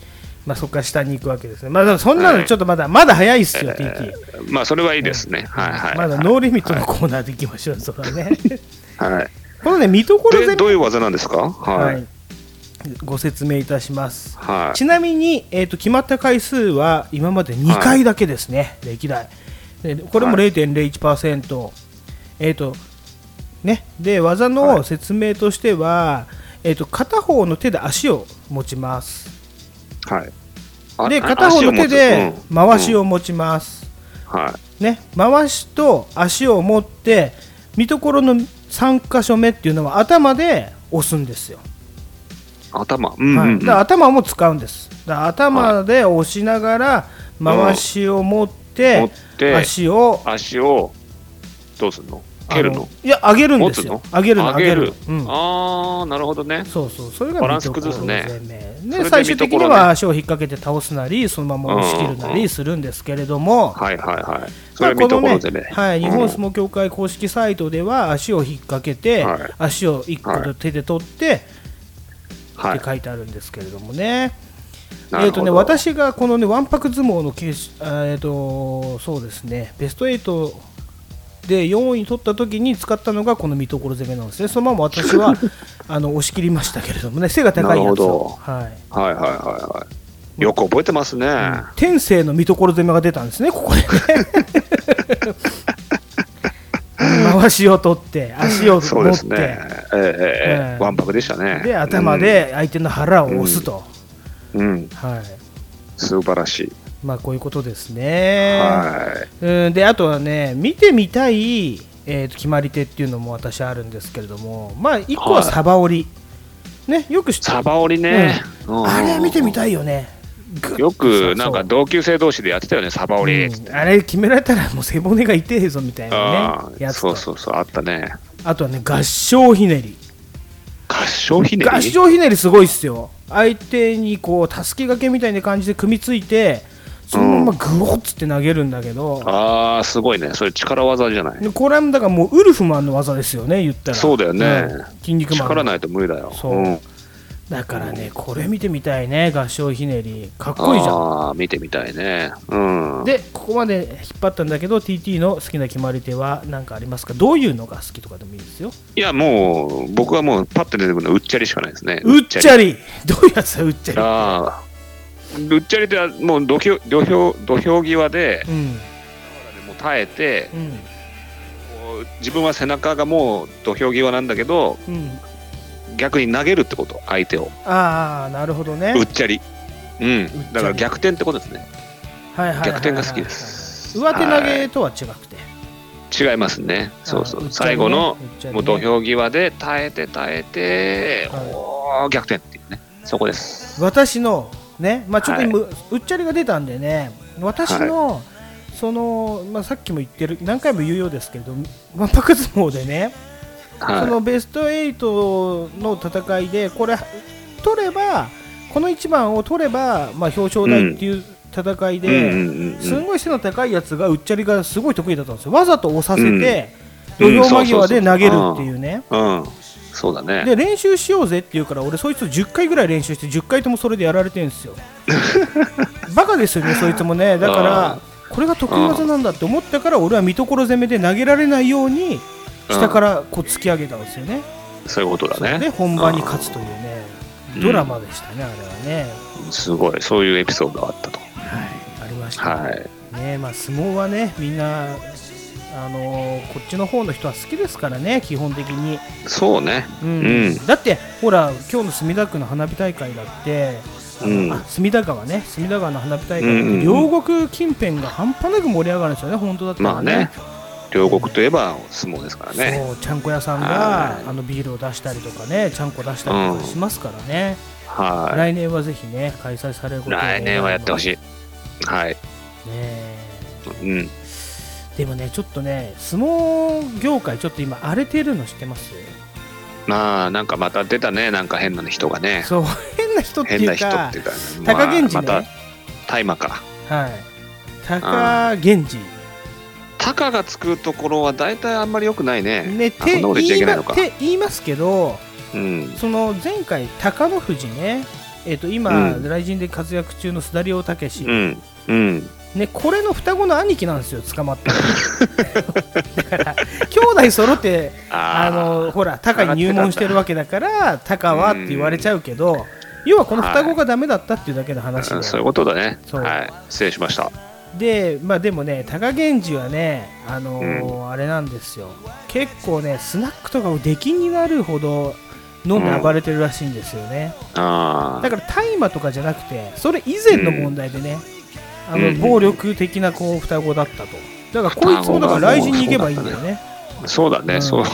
S2: まあ、そっから下に行くわけですね、まあ、でもそんなのちょっとまだ、まだ早いっすよ、TT。
S3: まあ、それはいいですね。はいはい。
S2: まだノーリミットのコーナーでいきましょう、それは ね。
S3: はい。
S2: このね、見所攻
S3: で、
S2: め
S3: どういう技なんですか
S2: は
S3: はい
S2: い。、ご説明いたします、
S3: はい
S2: ちなみに、えー、と決まった回数は今まで2回だけですね、歴代でこれも
S3: はい
S2: 0.01%、えっ、とね、で技の説明としては、えー、と片方の手で足を持ちます
S3: はいあ
S2: で
S3: あ
S2: 片方の手で
S3: 足を持つうん
S2: 回し
S3: う
S2: を持ちます、
S3: んは
S2: ね、回しと足を持って見どころの3箇所目っていうのは頭で押すんですよ、
S3: い頭うん
S2: は
S3: う
S2: い、
S3: ん
S2: だから頭も使うんですだから頭で押しながら回しを持っ
S3: うん持
S2: て
S3: って
S2: 足を
S3: 足をどうするの蹴る
S2: あ
S3: の
S2: いや上げるん
S3: 持
S2: で
S3: つ
S2: すよ
S3: の
S2: 上げるの上げるうん、
S3: ああなるほどね
S2: そうそうそれが
S3: バランス
S2: 見どころ攻め
S3: 崩す
S2: で
S3: それで
S2: 最終的に
S3: 見どころね
S2: は足を引っ掛けて倒すなりそのまま押し切るな
S3: うんうんう
S2: りするんですけれども、
S3: はいはいはいそ
S2: まあ
S3: れ見ところ
S2: こ
S3: 攻
S2: の
S3: め、
S2: ねはい、日本相
S3: 撲
S2: 撲協会公式サイトでは足を引っ掛けて、
S3: はい
S2: 足を一個
S3: は
S2: で手で取って、
S3: はい
S2: って書いてあるんですけれどもね。
S3: なる
S2: えー
S3: ほ
S2: と
S3: ど
S2: ね、私がこのね、わんぱく相撲の決勝、あーえーと、そうですね、ベスト8で4位取った時に使ったのがこの見所攻めなんですね、そのまま私 はあの押し切りましたけれどもね、背が高いや
S3: なるほ
S2: つを、
S3: ど
S2: はい
S3: はいはいはいはいよく覚えてますね、
S2: 天性の見所攻めが出たんですね、ここでね。 回しを取って、足を持って、
S3: そうですねええええ
S2: え
S3: え
S2: え
S3: えわんぱくでしたね
S2: で頭で相手の腹を押すと、
S3: うん、うん
S2: はい
S3: 素晴らしい、
S2: まあ、こういうことですね、
S3: はい
S2: うんであとはね見てみたい、えーと決まり手っていうのも私あるんですけれども、まあ、1個はサバ折り、ね、よく知って
S3: サバ折りね、うん
S2: あれは見てみたいよね。ぐっ
S3: よ
S2: そうそ
S3: く
S2: う
S3: なんか同級生同士でやってたよねサバ折りっつっ
S2: う
S3: て、
S2: んあれ決められたらもう背骨が痛いぞみたいな
S3: あ
S2: ね
S3: あ
S2: やつと
S3: そうそうそうあったね
S2: あとはね合掌ひねり
S3: 合掌ひねり
S2: 合掌ひねりすごいっすよ相手にこうたすき掛けみたいな感じで組みついてそのままグオッつって投げるんだけど、
S3: ああすごいねそれ力技じゃない
S2: でこれはだからもうウルフマンの技ですよね言ったら
S3: そうだよね
S2: うん筋肉マ
S3: 力
S2: ン
S3: ないと無理だよ
S2: そうんだからねこれ見てみたいね合掌ひねりかっこいいじゃん
S3: ああ見てみたいねうん
S2: でここまで引っ張ったんだけど TT の好きな決まり手は何かありますかどういうのが好きとかでもいいですよ
S3: いやもう僕はもうパッと出てくるのはうっちゃりしかないですね
S2: うっちゃりどういうやつだうっちゃ
S3: ああうっちゃりってはもう土俵土俵土俵際で
S2: りうん
S3: もう耐えて
S2: うん
S3: こう自分は背中がもう土俵際なんだけど
S2: うん
S3: 逆に投げるってこと相手を
S2: ああなるほどね
S3: うっちゃりうん
S2: うっちゃり
S3: だから逆転ってことですね
S2: はいはいはいはい
S3: 逆転が好きです
S2: 上手投げとは違くて
S3: 違いますねそうそ
S2: あー
S3: う
S2: っちゃりね
S3: 最後の
S2: っちゃりね
S3: もう土俵際で耐えて耐えて、
S2: はい
S3: おー逆転っていうねそこです
S2: 私のね、まあ、ちょっと今、うっちゃりが出たんでね、私の、その、まあ、さっきも言ってる、何回も言うようですけれど、わんぱく相撲でね、そ
S3: は
S2: のベスト8の戦いで、これ、取れば、この一番を取れば、まあ、表彰台っていう戦い
S3: い、うん
S2: で、
S3: うんうんうん
S2: すんごい背の高いやつが、うっちゃりがすごい得意だったんですよ、わざと押させて、
S3: う
S2: 土
S3: ん
S2: 俵間際で投げるっていうね。
S3: うん、そうだね。
S2: で練習しようぜって言うから俺そいつ10回ぐらい練習して10回ともそれでやられてるんです よバカですよねそいつもねだからこれが得意技なんだって思ったから俺は見所攻めで投げられないように下からこう突き上げたんですよね、
S3: そういうこと
S2: それ
S3: だ
S2: で
S3: ね。
S2: 本番に勝つというね
S3: うん
S2: ドラマでしたねあれはね
S3: すごい、そういうエピソードがあったと。
S2: ありましたね,、
S3: はい。
S2: まあ相撲はねみんなあのーこっちの方の人は好きですからね基本的に
S3: そうね。
S2: う
S3: うん
S2: ん、だってほら今日の墨田区の花火大会だって、
S3: うん
S2: あ墨田川ね墨田川の花火大会だっ
S3: うんうん
S2: て
S3: うん
S2: 両国近辺が半端なく盛り上がるんですよね本当だったら
S3: まあね、両国といえば相撲ですからね。
S2: そうちゃんこ屋さん
S3: は
S2: が
S3: い
S2: あのビールを出したりとかねちゃんこ出したりとかしますからね、
S3: は
S2: 来年はぜひね開催されるこ
S3: い。
S2: とを
S3: 来年はやってほしい。はい。
S2: ね
S3: うん。
S2: でもねちょっとね相撲業界ちょっと今荒れてるの知ってます
S3: まあ、なんかまた出たね、なんか変な人がね。
S2: そう変な人って
S3: 変
S2: い
S3: な
S2: う
S3: 人
S2: か
S3: っていうか、まあ
S2: 高源氏
S3: ま
S2: ね、
S3: た大麻か。
S2: はい高源氏
S3: タカがつくところは大体あんまり良くないね。
S2: ね、
S3: あそ
S2: て
S3: んなこと言っちゃ
S2: 言
S3: い
S2: い
S3: けない
S2: ま
S3: のか。
S2: て言いますけど、
S3: うん。
S2: その前回、貴乃富士ね、えー、と今、
S3: うん
S2: 雷神で活躍中の須田遼武史、
S3: うん。うん。
S2: ね、これの双子の兄貴なんですよ、捕まったのだから、兄弟揃って、あ
S3: あ
S2: の
S3: の、
S2: ほら、タカに入門してるわけだから、タカはって言われちゃうけど、要はこの双子がダメだったっていうだけの話で、
S3: そういうことだね。
S2: そう
S3: はい。失礼しました。
S2: でまあ、でもね、多賀源氏はね、あのーあれなんですよ、結構ね、スナックとかを出禁になるほど飲んで暴れてるらしいんですよね、
S3: あ
S2: だから大麻とかじゃなくて、それ以前の問題でね、あの
S3: うん
S2: 暴力的なこう双子だったと、だからこいつもだから雷神に行けばいいんだよね、
S3: あ、そうだね、
S2: うん
S3: そう。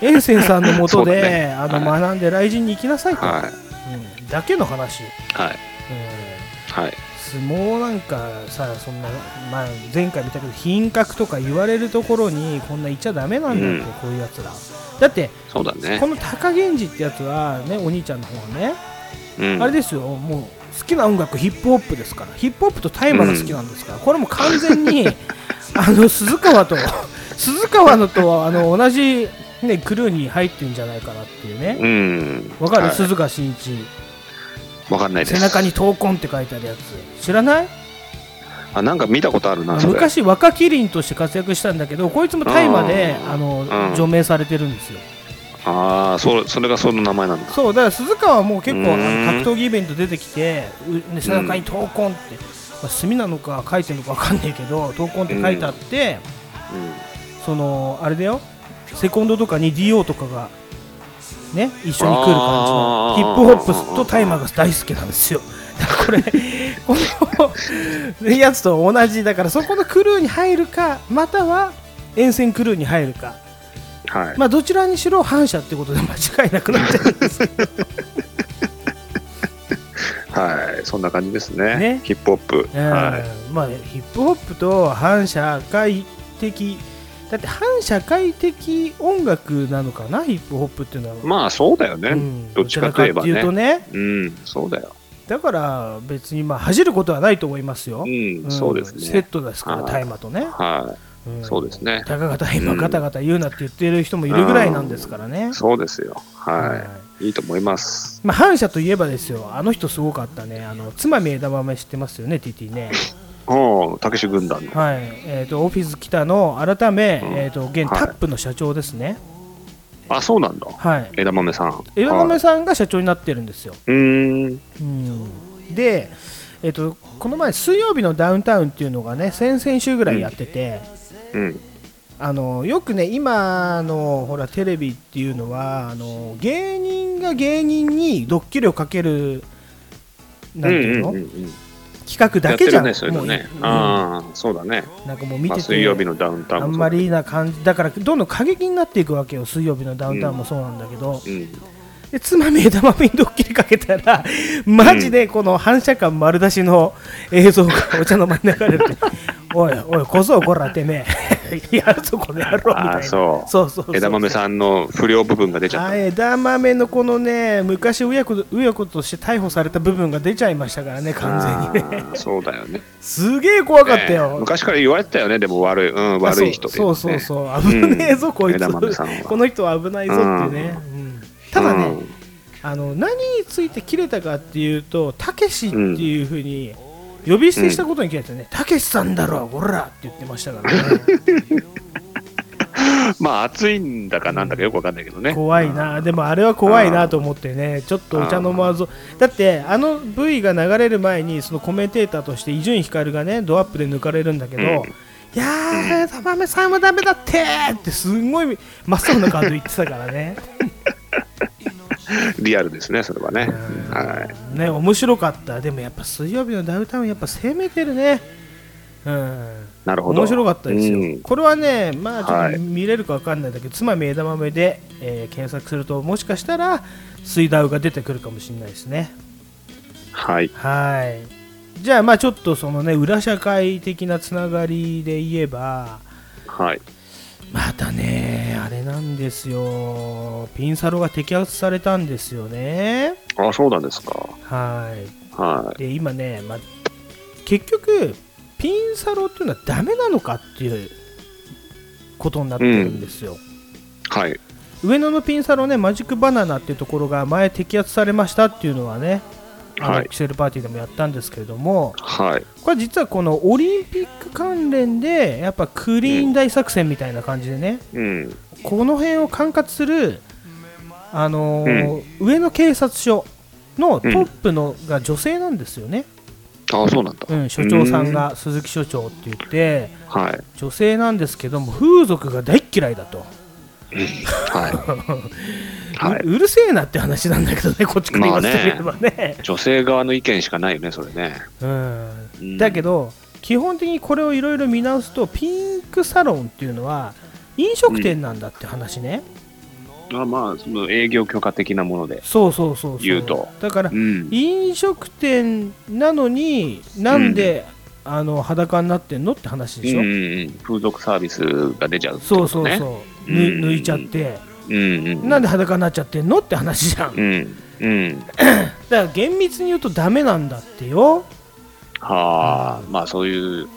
S2: 遠征さんのもと
S3: そう
S2: で、
S3: だね
S2: あの学んで雷神に行きなさいと、
S3: は
S2: うんだけの話。うん
S3: い。はい。はい。
S2: 相撲なんかさそんな、まあ、前回見たけど品格とか言われるところにこんな言っちゃダメなんだって、
S3: うん
S2: こういうやつらだって
S3: そうだね
S2: こ。の高源氏ってやつはねお兄ちゃんの方ね、
S3: うん
S2: あれですよもう好きな音楽ヒップホップですからヒップホップと大麻が好きなんですから、これもう完全 にあの鈴川と鈴川のとあの同じ、ね、クルーに入ってるんじゃないかなっていうね
S3: うん。
S2: わかる、
S3: はい
S2: 鈴川真一
S3: わかんないで
S2: 背
S3: す。
S2: 中に闘魂って書いてあるやつ知らない
S3: あ、なんか見たことあるな、それ。
S2: 昔若麒麟として活躍したんだけどこいつも大麻で
S3: うん
S2: あの
S3: ん
S2: 除名されてるんですよ
S3: ああ、そそれがその名前なんだ。
S2: そうだから鈴川はもう結構あ
S3: うん
S2: の格闘技イベント出てきてうね背中に闘魂って、まあ、墨なのか書いてるのかわかんないけど闘魂って書いてあって、
S3: う
S2: そのあれだよセコンドとかに DO とかがね一緒に来る感じの
S3: あー
S2: ヒップホップと大麻が大好きなんですよ だからこれこのやつと同じだからそこのクルーに入るかまたは沿線クルーに入るか
S3: ん。はい。
S2: まあどちらにしろ反射ってことで間違いなくなっちゃうんですけど
S3: はい。そんな感じですね。
S2: ね
S3: ヒップホップ。
S2: うん
S3: は
S2: まあヒップホップと反社会的だって反社会的音楽なのかなヒップホップっていうのは、
S3: い。まあ、そうだよね。
S2: うん
S3: どっちかといえば
S2: どちらかっていうと
S3: ね。
S2: ね
S3: うん、そうだよ。
S2: だから別にまあ恥じることはないと思いますよ、
S3: うん、
S2: ん
S3: そうです
S2: セッ
S3: ね。
S2: トですから
S3: はい
S2: 大麻とね、
S3: は
S2: ん
S3: い。そうですね。
S2: たかが大麻ガタガタ言うなって言ってる人もいるぐらいなんですからね、
S3: そうですよ。
S2: は
S3: はい。いいと思います。
S2: まあ、反社といえばですよあの人すごかったねあのつまみ枝豆知ってますよね TT ね
S3: おお、たけし軍団の。
S2: はいえっ、とオフィス北の改め、
S3: うん
S2: えっ、と現
S3: はい
S2: タップの社長ですね
S3: あ、そうなんだ。
S2: はい
S3: 枝豆さん。
S2: 枝豆
S3: はい
S2: さんが社長になってるんですよ、
S3: うーん。
S2: うんで、えっとこの前水曜日のダウンタウンっていうのがね先々週ぐらいやってて、
S3: うん。
S2: あのよくね今のほらテレビっていうのはあの芸人が芸人にドッキリをかけるなんていうの、
S3: んんん
S2: 企画
S3: や
S2: だ
S3: って
S2: けじゃ
S3: る
S2: ん
S3: ね、そういうのね。
S2: もう
S3: ああ、そうだね。
S2: うんなんかもう見
S3: まあ
S2: て
S3: 水曜日
S2: て
S3: のダウンタウン
S2: あ
S3: も
S2: んまりいいな感じだからどんどん過激になっていくわけよ水曜日のダウンタウンもそうなんだけど、
S3: そうだね。
S2: でつまみ枝豆にドッキリかけたらマジでこの反射感丸出しの映像がお茶の間に流れ ておいおいこそこらてめえ やるぞこの野郎みたい
S3: あ
S2: な
S3: ーそう
S2: そうそう
S3: う
S2: そ
S3: ん。
S2: う
S3: 枝豆さんの不良部分が出ちゃっ
S2: あ
S3: た。
S2: 枝豆のこのね昔親子親子として逮捕された部分が出ちゃいましたからね完全にね
S3: あーそうだよ ね。
S2: すげえ怖かった
S3: ね
S2: よ、
S3: 昔から言われてたよね、でも悪い、うん、悪い人ってい
S2: そうそう
S3: ね
S2: そうそう危ねえぞ、
S3: うん
S2: こいつ
S3: 枝豆さんは
S2: この人は危ないぞっていうね、うんただね、あの何について切れたかっていうとたけしっていうふうに呼び捨てしたことに切れてねたけしさんだろほらって言ってましたからね
S3: うんまあ、暑いんだかなんだかよくわかんないけどね。
S2: 怖いなでもあれは怖いなと思ってねちょっとお茶の間ぞだってあの V が流れる前にそのコメンテーターとして伊集院光がねドアップで抜かれるんだけど、
S3: うん
S2: いやー、たまめさんはダメだってーってすんごい真っ青な顔で言ってたからね
S3: リアルですね、それはね。
S2: うん
S3: はい。
S2: ね面白かったでもやっぱ水曜日のダウンタウンやっぱ攻めてるねうん
S3: なるほど。
S2: 面白かったですよ、
S3: うん
S2: これはね、まあ、ちょっ
S3: は
S2: と
S3: い
S2: 見れるかわかんないんだけど、つまみ枝豆で、えー検索すると、もしかしたら、水ダウが出てくるかもしれないですね。
S3: はい。
S2: はいじゃあ、まあ、ちょっとそのね、裏社会的なつながりで言えば、
S3: はい。
S2: またね、あれなんですよ、ピンサロが摘発されたんですよね。
S3: あ、そうなんですか。
S2: はい
S3: はい。
S2: で今ね、まあ、結局ピンサロっていうのはダメなのかっていうことになってるんですよ、
S3: はい。
S2: 上野のピンサロねマジックバナナっていうところが前摘発されましたっていうのはねあの
S3: はい
S2: キセルパーティーでもやったんですけれども
S3: はい。
S2: これ実はこのオリンピック関連でやっぱクリーン大作戦みたいな感じでね、
S3: うん。
S2: この辺を管轄する、あのー上野警察署のトップのが女性なんですよね、
S3: ああ、そうなんだ。
S2: うん、所長さんが鈴木所長って言って
S3: はい。
S2: 女性なんですけども風俗が大っ嫌いだと、
S3: はい。 はい。
S2: ううるせえなって話なんだけどねこっちから言わせてみればね,、
S3: 女性側の意見しかないよね、それね。
S2: う、
S3: うんん
S2: だけど基本的にこれをいろいろ見直すとピンクサロンっていうのは飲食店なんだって話ね、
S3: あまあ、その営業許可的なもので。
S2: そうそうそうそう
S3: 言うと
S2: だから
S3: うん。
S2: 飲食店なのになんで、あの裸になってんのって話でしょ、
S3: うんうんうん、風俗サービスが出ちゃうって
S2: そう
S3: こ
S2: そ
S3: と
S2: う
S3: ね、
S2: そう、
S3: うん
S2: ぬ抜いちゃって、
S3: うんうん、
S2: なんで裸になっちゃってんのって話じゃん、
S3: う
S2: だか
S3: んうん、
S2: ら厳密に言うとダメなんだってよ
S3: はあ、まあそういう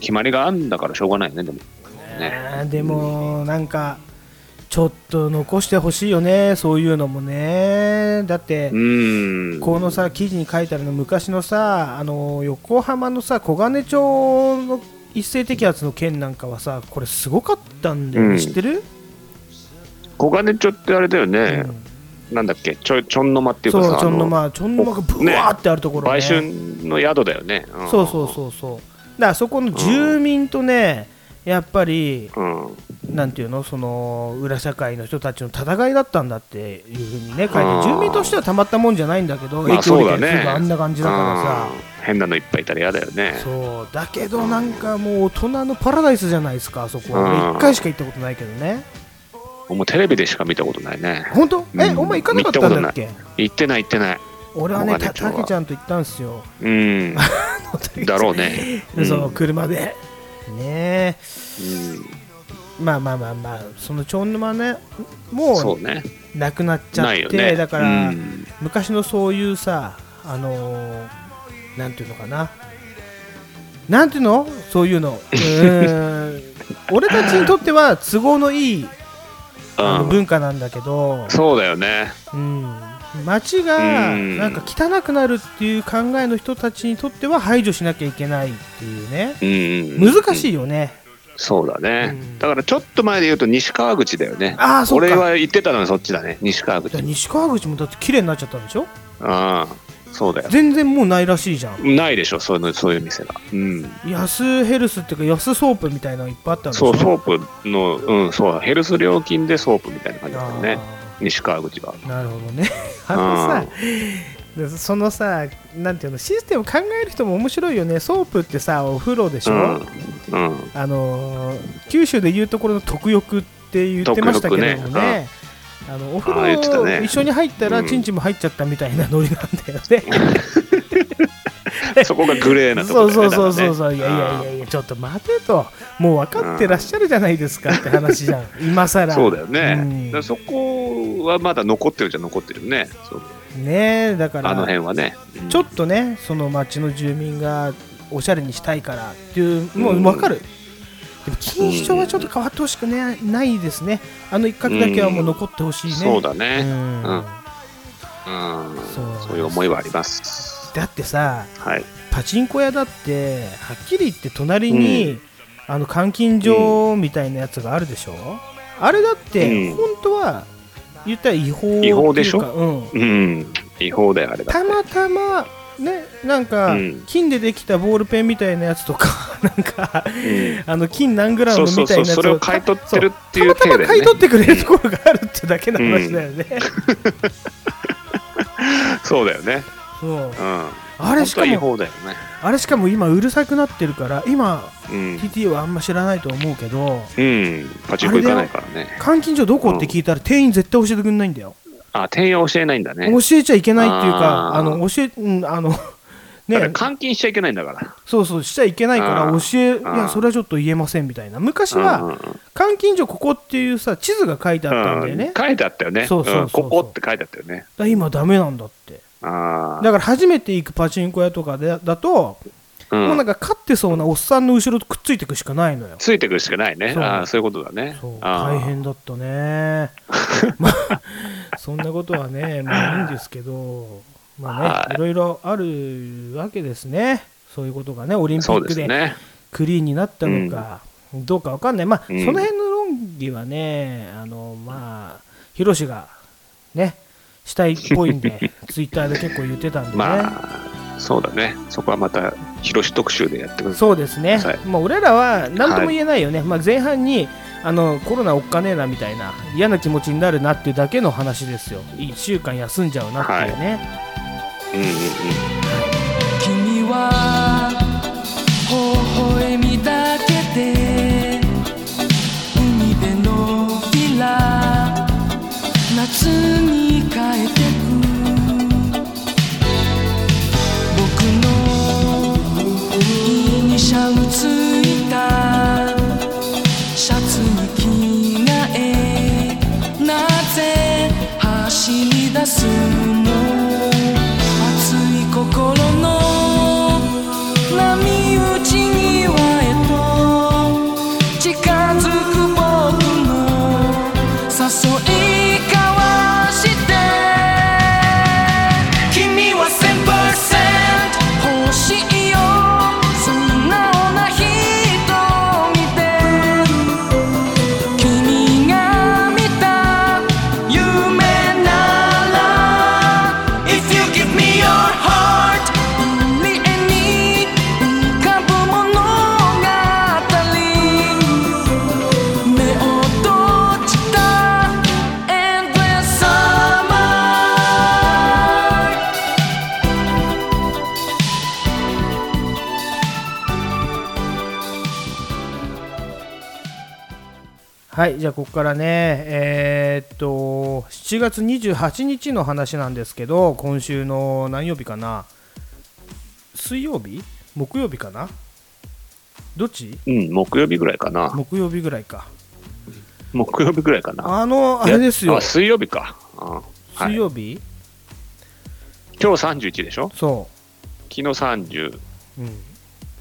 S3: 決まりがあるんだからしょうがないよね、でも。ね、
S2: あーでもなんかちょっと残してほしいよねそういうのもねだって、
S3: うん、
S2: このさ記事に書いてあるの昔のさあの横浜のさ小金町の一斉摘発の件なんかはさこれすごかったんだよね、
S3: うん
S2: 知ってる、
S3: 小金町ってあれだよね、
S2: うん
S3: なんだっけ、ちょちょんの間っていう
S2: そ
S3: か
S2: う
S3: さ、
S2: ちょんの
S3: あ
S2: 間ちょんの間がブワーってあるとこ
S3: の
S2: ろ、ね
S3: 売春の宿だよね。ん
S2: そうそうそうそうだからそこの住民とね、やっぱり
S3: うん。うん
S2: なんていうのその裏社会の人たちの戦いだったんだっていうふうにね書いてあ
S3: あ
S2: る
S3: ー
S2: 住民としてはたまったもんじゃないんだけど、
S3: まあ
S2: 駅降
S3: そう
S2: りた
S3: だ
S2: りする
S3: ね。
S2: とあんな感じだからさ、
S3: うん変なのいっぱいいたら嫌だよね。
S2: そうだけどなんかもう大人のパラダイスじゃないですかあそこは
S3: うん
S2: 俺一回しか行ったことないけどね
S3: もうテレビでしか見たことないね。
S2: 本当え、
S3: うん
S2: お前行かなかったんだっけ
S3: 行ってない行ってない。
S2: 俺はねた
S3: 小金町は
S2: たけちゃんと行ったんですよ。
S3: うん。だろうね
S2: そうう車でねえ
S3: んうん
S2: まあまあまあまあその長沼ねも
S3: そうね。
S2: うなくなっちゃっ
S3: ないよ
S2: て、
S3: ね。
S2: だから、
S3: うん
S2: 昔のそういうさあのーなんていうのかななんていうのそういうのうーん 俺たちにとっては都合のいいあの
S3: うん
S2: 文化なんだけど、
S3: そうだよね。
S2: うん、街が
S3: うん
S2: なんか汚くなるっていう考えの人たちにとっては排除しなきゃいけないっていうね
S3: うん。
S2: 難
S3: い。
S2: しいよね、
S3: そうだね
S2: うん。
S3: だからちょっと前で言うと西川口だよね。
S2: ああそっか
S3: 俺は行ってたのはそっちだね。西川
S2: だ
S3: 口
S2: から。西川口もだって綺麗になっちゃったんでしょ
S3: ああ、そうだよ。
S2: 全然もうないらしいじゃん
S3: ないでしょ、そういうのそういう店が。うん。
S2: 安ヘルスっていうか安ソープみたいなのいっぱいあったんでし
S3: そ
S2: ょ
S3: う、ソープの、うん、そう、ヘルス料金でソープみたいな感じだったね。
S2: あー
S3: 西川口が。
S2: なるほど ねあのさでそのさなんていうのシステム考える人も面白いよねソープってさお風呂でし
S3: う
S2: ょ、
S3: ん。うん。
S2: あのー九州でいうところの特浴って言ってましたけどもね
S3: 特浴ね
S2: あのお風
S3: あー言ってた
S2: 呂
S3: ね
S2: 一緒に入ったら
S3: うん
S2: チンチンも入っちゃったみたいなノリなんだよね、
S3: そこがグレーなとこ
S2: そ
S3: ろ
S2: う
S3: だよ
S2: そう
S3: ね。
S2: そうそうそう、
S3: だからね
S2: いやいやいやいやちょっと待てともう分かってらっしゃるじゃないですかって話じゃん今更
S3: そうだよね。
S2: うん
S3: だからそこはまだ残ってるじゃ残ってるよね。そう
S2: ねえだから
S3: あの辺はね。
S2: ちょっとね、その町の住民がおしゃれにしたいからっていう、もう分かる、でも錦糸町はちょっと変わってほしく、ね、ないですね、あの一角だけはもう残ってほしいね、
S3: そうだね。
S2: ん
S3: うんうん。
S2: そう
S3: そういう思いはあります。
S2: だってさ、
S3: はい。
S2: パチンコ屋だって、はっきり言って隣に、あの監禁所みたいなやつがあるでしょ、あれだって、
S3: うん
S2: 本当は言ったら違法
S3: 違法でしょ
S2: っていうかうん
S3: うん。違法だよ、あれだ。
S2: たまたまねなんか、
S3: うん
S2: 金でできたボールペンみたいなやつとか なんか
S3: うん
S2: あの金何グラム
S3: そう
S2: みた
S3: そ
S2: いうなや
S3: そう。
S2: つ
S3: それを買い取ってるっていう
S2: たたまたま
S3: 体
S2: 買い
S3: でね
S2: 取ってくれるところがあるってだけの話だよね、
S3: そうだよね。
S2: そう
S3: うん。
S2: あれしか
S3: 本当は違
S2: も
S3: 法だよね。
S2: あれしかも今うるさくなってるから今
S3: うん
S2: TT はあんま知らないと思うけど
S3: うん。パチンコ行かないからね。
S2: 監禁所どこって聞いたら店員絶対教えてくんないんだよ、
S3: あ、店員は教えないんだね。
S2: 教えちゃいけないっていうかあ
S3: あー
S2: の教え、うん、あの
S3: だ
S2: ね
S3: から監禁しちゃいけないんだから。
S2: そうそうしちゃいけないから
S3: あ
S2: 教えい
S3: あ
S2: や
S3: ー
S2: それはちょっと言えませんみたいな昔は、
S3: うんうんうん
S2: 監禁所ここっていうさ地図が書いてあったんだよね、
S3: うん
S2: だか
S3: 書いてあったよね。
S2: そうそうそうそうん
S3: ここって書いてあったよね。
S2: ら今ダメなんだって
S3: あ
S2: だから初めて行くパチンコ屋とかでだと、
S3: あ。
S2: もうな
S3: うんん。
S2: か勝ってそうなおっさんの後ろとくっついていくしかないのよ
S3: ついてくるしかないね。
S2: そう
S3: ああ、そういうことだね
S2: そう。
S3: ああ
S2: 大変だった ねまあそんなことはねまあいいんですけどまあ
S3: は
S2: ね
S3: い
S2: いろいろあるわけですねそういうことがねオリンピ
S3: そ
S2: ッ
S3: うで
S2: ク
S3: す
S2: で
S3: ね。
S2: クリーンになったのか、どうかわかんない、まあ、
S3: うん
S2: その辺の論議はね、あのまあ、ヒ ロシがね、したいっぽいんで、ツイッターで結構言ってたんでね、
S3: まあ、そうだね。そこはまた、広し特集でやってくださ
S2: そうですね、
S3: はい
S2: まあ、俺らは何とも言えないよね、まあ、前半にあのコロナおっかねえなみたいな嫌な気持ちになるなっていうだけの話ですよ1週間休んじゃうなっていうね、
S3: い。うんうんうん。
S1: 君は微笑みだけで海でのびら夏に変えてく僕のイニシャルついたシャツに着替えなぜ走り出すの熱い心の波打ち際へと近づく僕の誘い交わして君は1000%欲しいよ素直な人で君が見た夢なら If you give me your heart 永遠に浮かぶ物語目を閉じた Endless Summer
S2: はいじゃあここからねえーっと7月28日の話なんですけど今週の何曜日かな水曜日木曜日かなどっち
S3: うん、木曜日ぐらいかな。
S2: 木曜日ぐらいか
S3: 木曜日ぐらいかな。
S2: あのあれですよ
S3: あ水曜日か。うんは
S2: 水
S3: い、
S2: 曜日、
S3: 今日31でしょ
S2: そ
S3: 昨日30
S2: う、うん、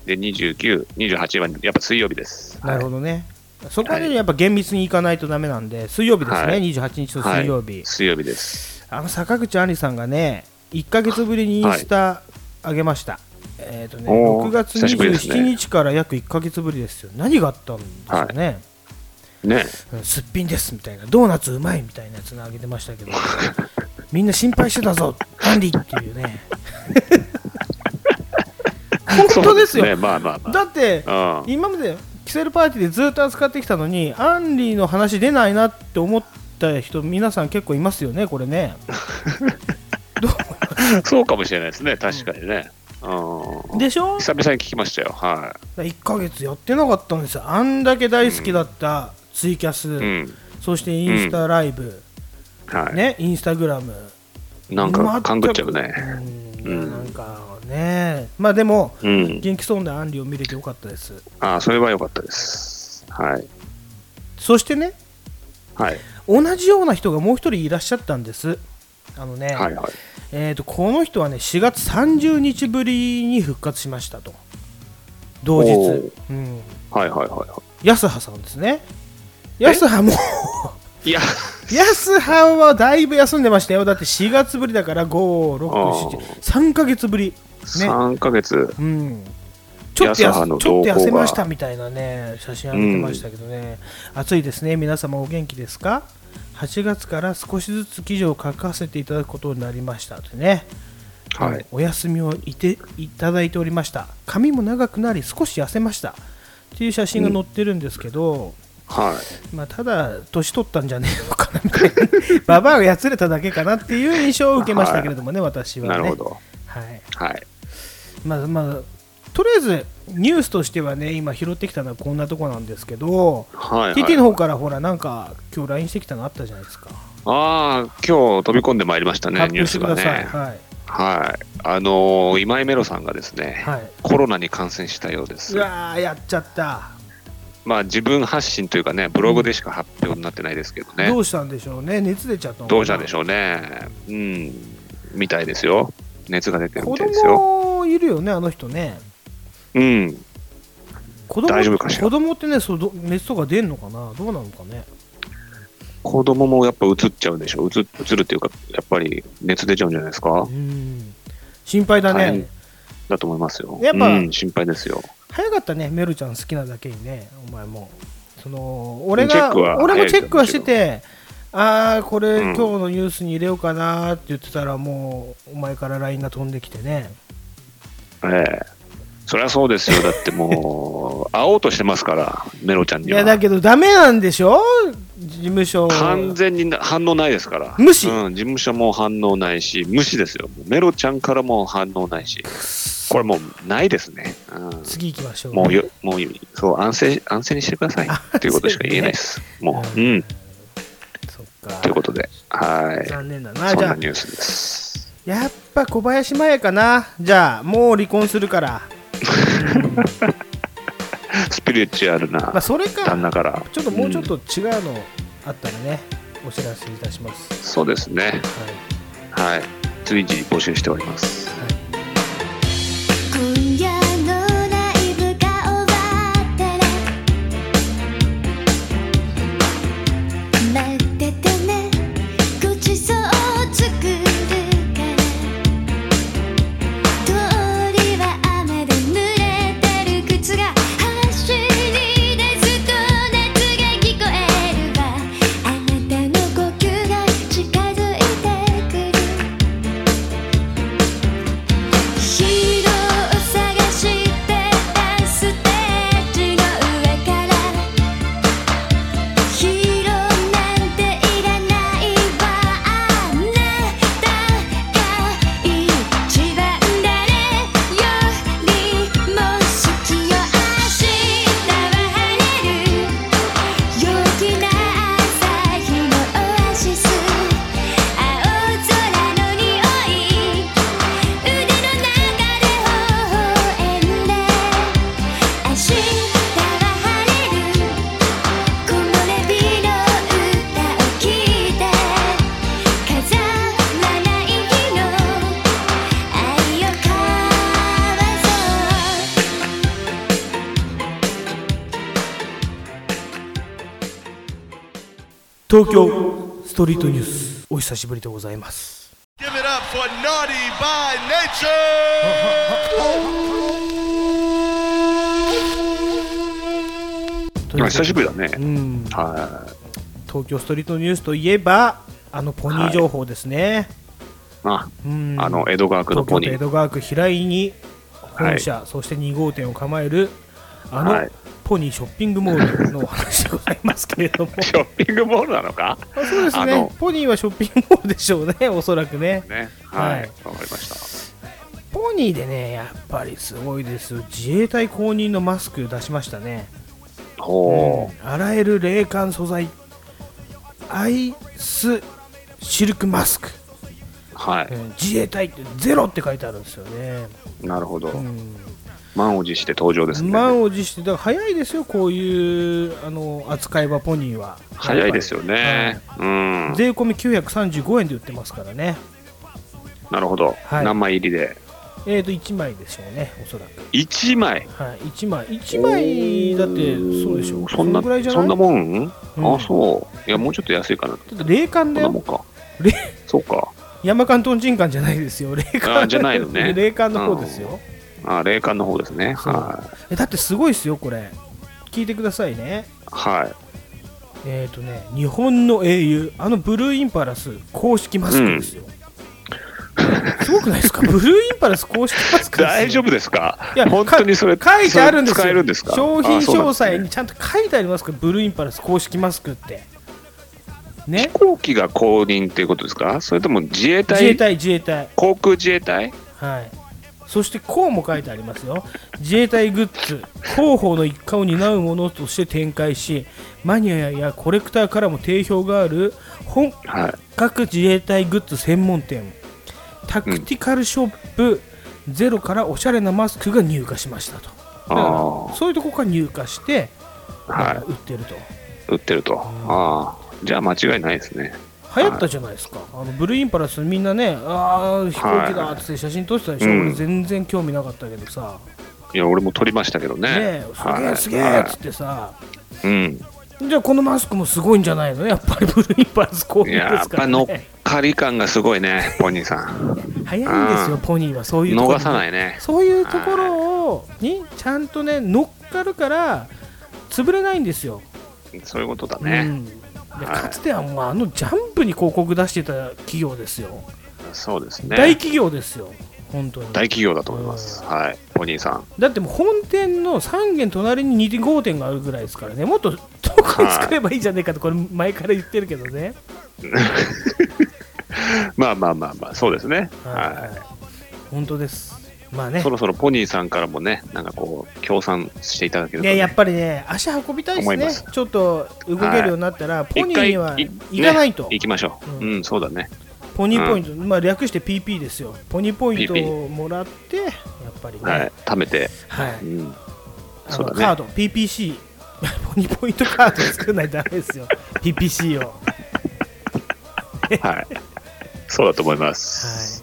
S3: で29、28はやっぱ水曜日です。
S2: なるほ
S3: ど。
S2: どね、そこはねやっぱ厳密にいかないとダメなんで、水曜日ですね、
S3: はい
S2: 28日の水曜日、
S3: はい水曜日です。
S2: あの坂口杏里さんがね、1か月ぶりにインスタ上げました、えーとね、
S3: おー
S2: 6月
S3: 久しぶりですね
S2: 27日から約1か月ぶりですよ、何があったんですかね、
S3: ね。
S2: うんすっぴんですみたいな、ドーナツうまいみたいなやつの上げてました けど、みんな心配してたぞ、アンディっていう ね、本当ですよ
S3: そうね、まあまあま
S2: だって、
S3: あ。うん。
S2: 今までキセルパーティーでずっと扱ってきたのにアンリーの話出ないなって思った人皆さん結構いますよねこれ ねど
S3: そうかもしれないですね、確かにね。うん
S2: う でしょ
S3: 久々に聞きましたよ。は
S2: 1ヶ月やってなかったんですよあんだけ大好きだったツイキャス、
S3: い。うん。
S2: そしてインスタライブ、
S3: はい。
S2: ねインスタグラム
S3: なんか勘ぐっちゃうね。
S2: 全くう
S3: うんん
S2: なんかねまあでも
S3: うん。
S2: 元気そうなアンリーを見れてよかったです
S3: ああ、それは良かったです。はい。
S2: そしてね
S3: はい。
S2: 同じような人がもう一人いらっしゃったんですあのね、
S3: はいはい。
S2: えー、とこの人はね4月30日ぶりに復活しましたと同日
S3: おー、
S2: うん、
S3: はいはいはいは
S2: 安羽さんですね安羽も
S3: い。いや、
S2: 安羽はだいぶ休んでましたよだって4月ぶりだから
S3: あー
S2: 56773ヶ月ぶりね、
S3: 3ヶ月。
S2: うん、ちょっとや
S3: 安
S2: す
S3: 羽
S2: ち
S3: の
S2: ょっと
S3: 動向が
S2: 痩せましたみたいなね写真上げてましたけどね、暑いですね皆様お元気ですか8月から少しずつ記事を書かせていただくことになりましたってね
S3: はい。
S2: お休みをいていただいておりました髪も長くなり少し痩せましたっていう写真が載ってるんですけど、
S3: はい。
S2: まあ、ただ年取ったんじゃねえのかなみ たいなババアがやつれただけかなっていう印象を受けましたけれどもね、私はね
S3: なるほど。
S2: はい
S3: はい。
S2: まあまあ、とりあえずニュースとしてはね今拾ってきたのはこんなとこなんですけど、
S3: はい、
S2: TT の
S3: はい。
S2: 方からほらなんか今日 LINE してきたのあったじゃないですか、
S3: ああ、今日飛び込んでまいりましたね、
S2: 発
S3: ニュー
S2: 表して
S3: ス
S2: く
S3: が
S2: ださい、
S3: ね。
S2: はい
S3: はい。あのー今井メロさんがですね、
S2: はい、
S3: コロナに感染したようで
S2: う
S3: す。
S2: わーやっちゃった、
S3: まあ、自分発信というかね、ブログでしか発表になってないですけどね
S2: ど、うしたんでしょうね熱出ちゃったのかな
S3: どうしたんでしょうね。うん、みたいですよ。熱が出てるみ
S2: 子
S3: たいですよ。
S2: 供いるよねあの人ね
S3: うん、
S2: 子供
S3: 大丈夫かしら
S2: 子供ってねそうど熱とか出んのかなどうなのかね
S3: 子供もやっぱ映っちゃうでしょ、映映るっていうか、やっぱり熱出ちゃうんじゃないですか
S2: う、ん心配だね、
S3: 大変だと思いますよ。
S2: やっぱ
S3: うん、心配ですよ。
S2: 早かったねメルちゃん好きなだけにねお前もその俺
S3: チェッ
S2: が
S3: クは
S2: 俺もチェックはして
S3: 早いけ
S2: てああこれ、
S3: う
S2: 今
S3: ん
S2: 日のニュースに入れようかなって言ってたらもうお前から LINE が飛んできてね
S3: ええそりゃそうですよ。だってもう、会おうとしてますから、メロちゃん
S2: い
S3: に
S2: やだ
S3: は。
S2: けどダメなんでしょ事務所
S3: 完全にな反応ないですから。
S2: 無視
S3: うん、事務所も反応ないし、無視ですよ。もうメロちゃんからも反応ないし。これもう、ないですね。う
S2: 次行きましょ
S3: ん。
S2: う
S3: もうよ、もうよ、そう、安静、安静にしてください
S2: 安。静
S3: ということしか言えないです。もう、うん。
S2: そっか
S3: ということで、はい。
S2: 残念だな
S3: そん
S2: じゃ
S3: な
S2: あ
S3: ニュースです。
S2: やっぱ小林麻也かなじゃあもう離婚するから
S3: スピリチュアル
S2: まあ
S3: な
S2: それか
S3: 旦那から。
S2: ちょっともうちょっ
S3: ん
S2: と違うのあったらね、お知らせいたします。
S3: そうですね。
S2: はい
S3: はい。随時募集しております。
S5: 今夜のライブが終わったら待っててねごちそう作るから通りは雨で濡れてる靴が走り出すと熱が聞こえるわあなたの呼吸が近づいてくる「ヒーローを探してたステージの上から」「ヒーローなんていらないわあなたが一番誰よりも好きよ」「明日は晴れる」陽気な朝日のオアシス青空の匂い腕の中で微笑んで明日は晴れる木漏れ日の歌を聴いて飾らない日の愛を交わそう
S2: 東京ストリートニュース、お久しぶりでございます。
S1: Give it up for Naughty by Nature!
S2: ということで
S3: 久しぶりだね。
S2: うん、
S3: はい。
S2: 東京ストリートニュースといえば、あのポニー情報ですね。
S3: あ、
S2: うん
S3: あの、江戸川区の
S2: 東
S3: ポ
S2: 京都江
S3: ニー。
S2: 戸川区平井に本社、そして2号店を構える、あの、
S3: はい
S2: ポニーショッピングモールのお話でございますけれども。
S3: ショッピングモールなのか
S2: あそうです
S3: あ
S2: ね
S3: の。
S2: ポニーはショッピングモールでしょうね、 おそらくね。
S3: ね。は
S2: はい
S3: い。わかりました。
S2: ポニーでね、やっぱりすごいですよ、自衛隊公認のマスク出しましたね、
S3: ほう。
S2: うんあらゆる冷感素材、アイスシルクマスク、
S3: は
S2: う
S3: い。
S2: ん自衛隊ってゼロって書いてあるんですよね、
S3: なるほど
S2: う。ん、
S3: 満を持して登場ですね。
S2: 満を持して、だから早いですよ、こういうあの扱いは、ポニーは。
S3: 早いです
S2: よ
S3: よね。うん。
S2: 税込み935円で売ってますからね、
S3: なるほど。
S2: はい
S3: 何枚入りで。
S2: えーと1枚でしょうね、おそらく。
S3: 1枚。
S2: はい、1枚、1枚だって、そうでしょう、
S3: そんな、
S2: ぐらいじゃ
S3: そ
S2: ない
S3: んなもん
S2: うん
S3: あ、そう。いや、もうちょっと安いかな。
S2: だって霊感
S3: そん
S2: だ
S3: なも
S2: よ
S3: んか
S2: れ。
S3: そうか。
S2: 山間とんちんかんじゃないですよ霊感
S3: あじゃないの ね
S2: 霊感の方ですよ、
S3: あ、霊感の方ですね。
S2: そう
S3: は
S2: えだってすごいですよこれ聞いてくださいね
S3: い。はい。
S2: えっ、とね日本の英雄あのブルーインパルス公式マスクですよ、 すごくないですかブルーインパルス公式マスクですよ
S3: 大丈夫ですか
S2: いや
S3: 本当にそれ
S2: か書いてあるんですよ
S3: それ使えるんですか
S2: 商品
S3: あそうなん
S2: 詳
S3: ですね
S2: 細にちゃんと書いてありますからブルーインパルス公式マスクって
S3: 飛
S2: ね
S3: 行機が公認っていうことですかそれとも自衛隊
S2: 自衛隊自衛隊
S3: 航空自衛隊
S2: はい、そしてこうも書いてありますよ自衛隊グッズ広報の一環を担うものとして展開しマニアやコレクターからも定評がある本
S3: はい
S2: 各自衛隊グッズ専門店タクティカルショップ、ゼロからおしゃれなマスクが入荷しましたとだ
S3: あ
S2: からそういうとこから入荷して、
S3: あはい
S2: 売ってると
S3: 売ってるとああじゃあ間違いないですね
S2: 流行ったじゃないですか、あのブルーインパルスみんなねああ飛行機だっつって写真撮ってたでしょ、
S3: うん
S2: 俺全然興味なかったけどさ、
S3: いや俺も撮りましたけどね
S2: ねえ、すげえすげえっつってさ、
S3: はいうん
S2: じゃあこのマスクもすごいんじゃないのやっぱりブルーインパルス公
S3: い
S2: 認
S3: やや
S2: で
S3: っ
S2: す
S3: ぱ
S2: から、
S3: 乗っ
S2: ね、
S3: かり感がすごいねポニーさん
S2: 早いんですよ
S3: うん
S2: ポニーはそういうところ
S3: 逃さないね
S2: そういうところをにちゃんとね乗っかるから潰れないんですよ、
S3: そういうことだ
S2: う
S3: ね
S2: んで
S3: はい
S2: かつてはもうあのジャンプに広告出してた企業ですよ、
S3: そうです
S2: 大
S3: ね
S2: 企業ですよ本当に
S3: 大企業だと思います。はい。お兄さん。
S2: だってもう本店の3軒隣に2 5店があるぐらいですからねもっとどこ作ればいいじゃねえかとこれ前から言ってるけどね
S3: まあまあまあまあ、そうですね。は
S2: 本当ですまあ
S3: い。
S2: ね
S3: そろそろポニーさんからもね、なんかこう、協賛していただけると、
S2: ね、
S3: ね。
S2: やっぱりね、足運びたいです
S3: 思い
S2: ね
S3: ます、
S2: ちょっと動けるようになったら、ポニーにはい行かないと、
S3: ね行きましょう。
S2: う
S3: うんん、そうだね。
S2: ポニーポイント、まあ、略して PP ですよ、ポニーポイント
S3: PP
S2: をもらって、やっぱりね、
S3: はい。貯めて。
S2: はい
S3: うん。
S2: あ
S3: そう
S2: の
S3: だね
S2: カード、PPC、ポ ニーポイントカード作らないとダメですよ、PPC を。
S3: はい。そうだと思いま
S2: はい
S3: す。、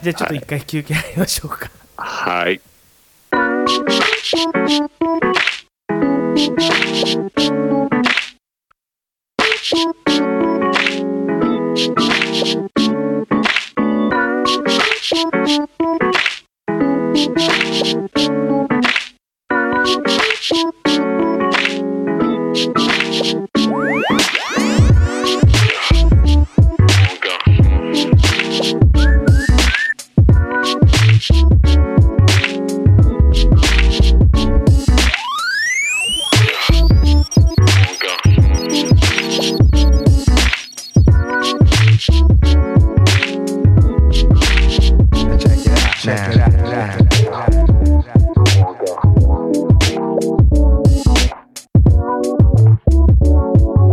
S2: じゃあ、ちょっと一回休憩入りましょうか。
S3: はい。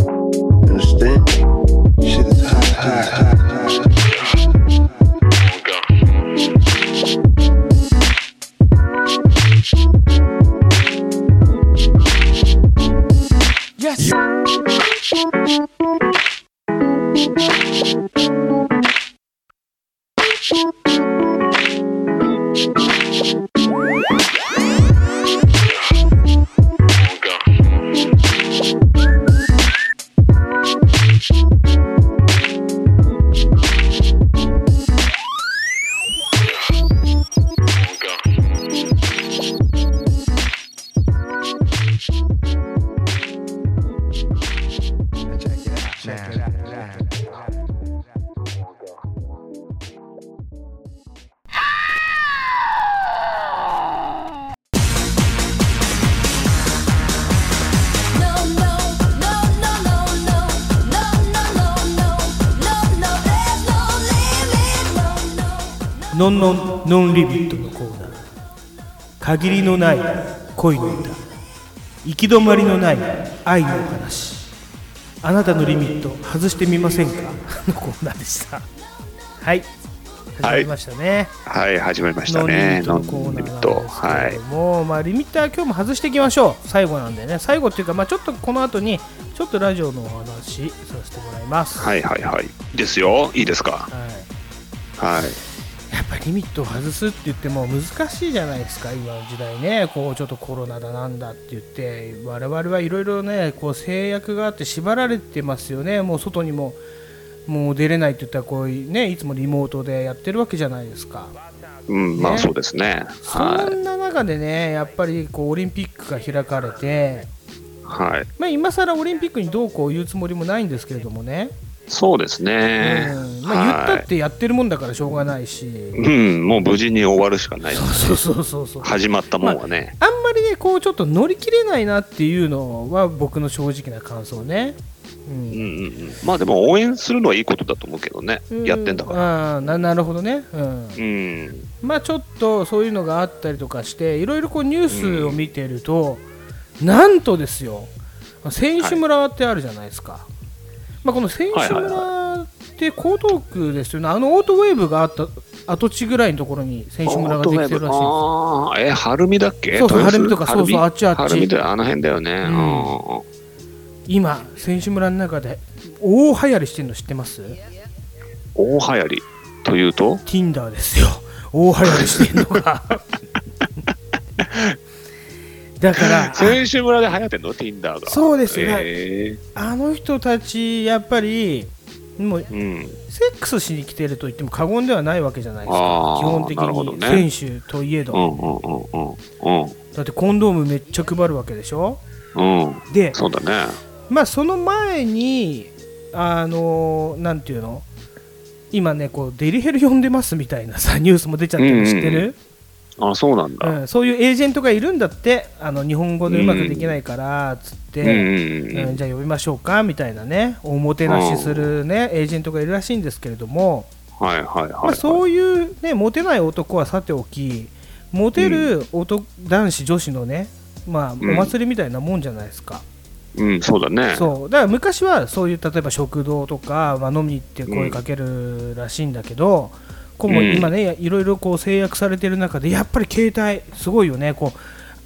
S6: Understand? Shit is hot, hot, hot, hot.
S1: Yes!
S2: のんのんのんリビットのコーナー限りのない恋の歌行き止まりのない愛のお話あなたのリミット外してみませんかのコーナーでしたはい始まりましたね、
S3: はい、始まりました
S2: ノンリミ
S3: ね。
S2: ット
S3: ノ
S2: のコー
S3: ン
S2: ナ
S3: リ
S2: ー
S3: ミ
S2: な
S3: ッ
S2: ん
S3: ト。
S2: です
S3: は
S2: けれ
S3: い
S2: ど。も、まあリミッター今日も外していきましょう最後なんでね最後っていうかまあちょっとこの後にちょっとラジオのお話させてもらいます
S3: はいはいはい。ですよ。いいですか。
S2: はい
S3: はい。
S2: やっぱリミットを外すって言っても難しいじゃないですか今の時代ねこうちょっとコロナだなんだって言って我々はいろいろねこう制約があって縛られてますよねもう外にももう出れないって言ったらこういうねいつもリモートでやってるわけじゃないですか
S3: うん、まあそうですね。
S2: そ
S3: は
S2: んな中でねやっぱりこうオリンピックが開かれて、
S3: い。はい。
S2: まあ、今更オリンピックにどうこう言うつもりもないんですけれどもね、
S3: そうです
S2: う
S3: ね
S2: ん。まあ、言った
S3: は
S2: ってやってるもんだからしょうがないし、
S3: い。うん、もう無事に終わるしかない。
S2: そうそうそうそう
S3: 始まったもんはね。
S2: あんまりねこうちょっと乗り切れないなっていうのは僕の正直な感想ね。う
S3: うん
S2: ん
S3: うんうん。まあでも応援するのはいいことだと思うけどね。やってんだから。
S2: ら。あーななるほどね、うん。
S3: うん。
S2: まあちょっとそういうのがあったりとかしていろいろこうニュースを見てると、なんとですよ選手村ってあるじゃないですか、まあ、この選手
S3: はいはい
S2: 村って江東区ですよね、あのオートウェーブがあった跡地ぐらいのところに選手村ができてるらしいんですよ
S3: ああー、え、晴海だっけ
S2: そうそう
S3: 豊洲
S2: 晴海とかそうそう
S3: 晴海
S2: あっちあっち
S3: 晴海だよあの辺だよね。うん
S2: ん今選手村の中で大流行りしてるの知ってます
S3: 大流行りというと
S2: Tinder ですよ大流行りしてるの がだから
S3: 選手村で流行ってんの ?Tinder が。
S2: そうですね
S3: え
S2: あの人たちやっぱりもう
S3: えうん。
S2: セックスしに来てると言っても過言ではないわけじゃないですか
S3: あー
S2: 基本的
S3: なるほど
S2: に
S3: ね
S2: 選手といえど
S3: うんうんうんうん
S2: だってコンドームめっちゃ配るわけでしょ
S3: うん。うん。
S2: で
S3: そうだね。
S2: まあその前にあのなんていうの今ねこうデリヘル呼んでますみたいなさニュースも出ちゃったりしてる、
S3: あ、そうなん
S2: う
S3: だ。
S2: んそういうエージェントがいるんだってあの日本語でうまくできないからつって、
S3: うんうんうん
S2: うんじゃあ呼びましょうかみたいなねおもてなしするねエージェントがいるらしいんですけれども、
S3: はいはいはい、はい
S2: まあ、そういうねモテない男はさておきモテる男、男子女子のねまあお
S3: ん
S2: 祭りみたいなもんじゃないですか、
S3: うん、そうだ ね。
S2: そうだから昔はそういう例えば食堂とか、まあ、飲みに行って声かけるらしいんだけど、こうも今ねいろいろこう制約されてる中でやっぱり携帯すごいよねこう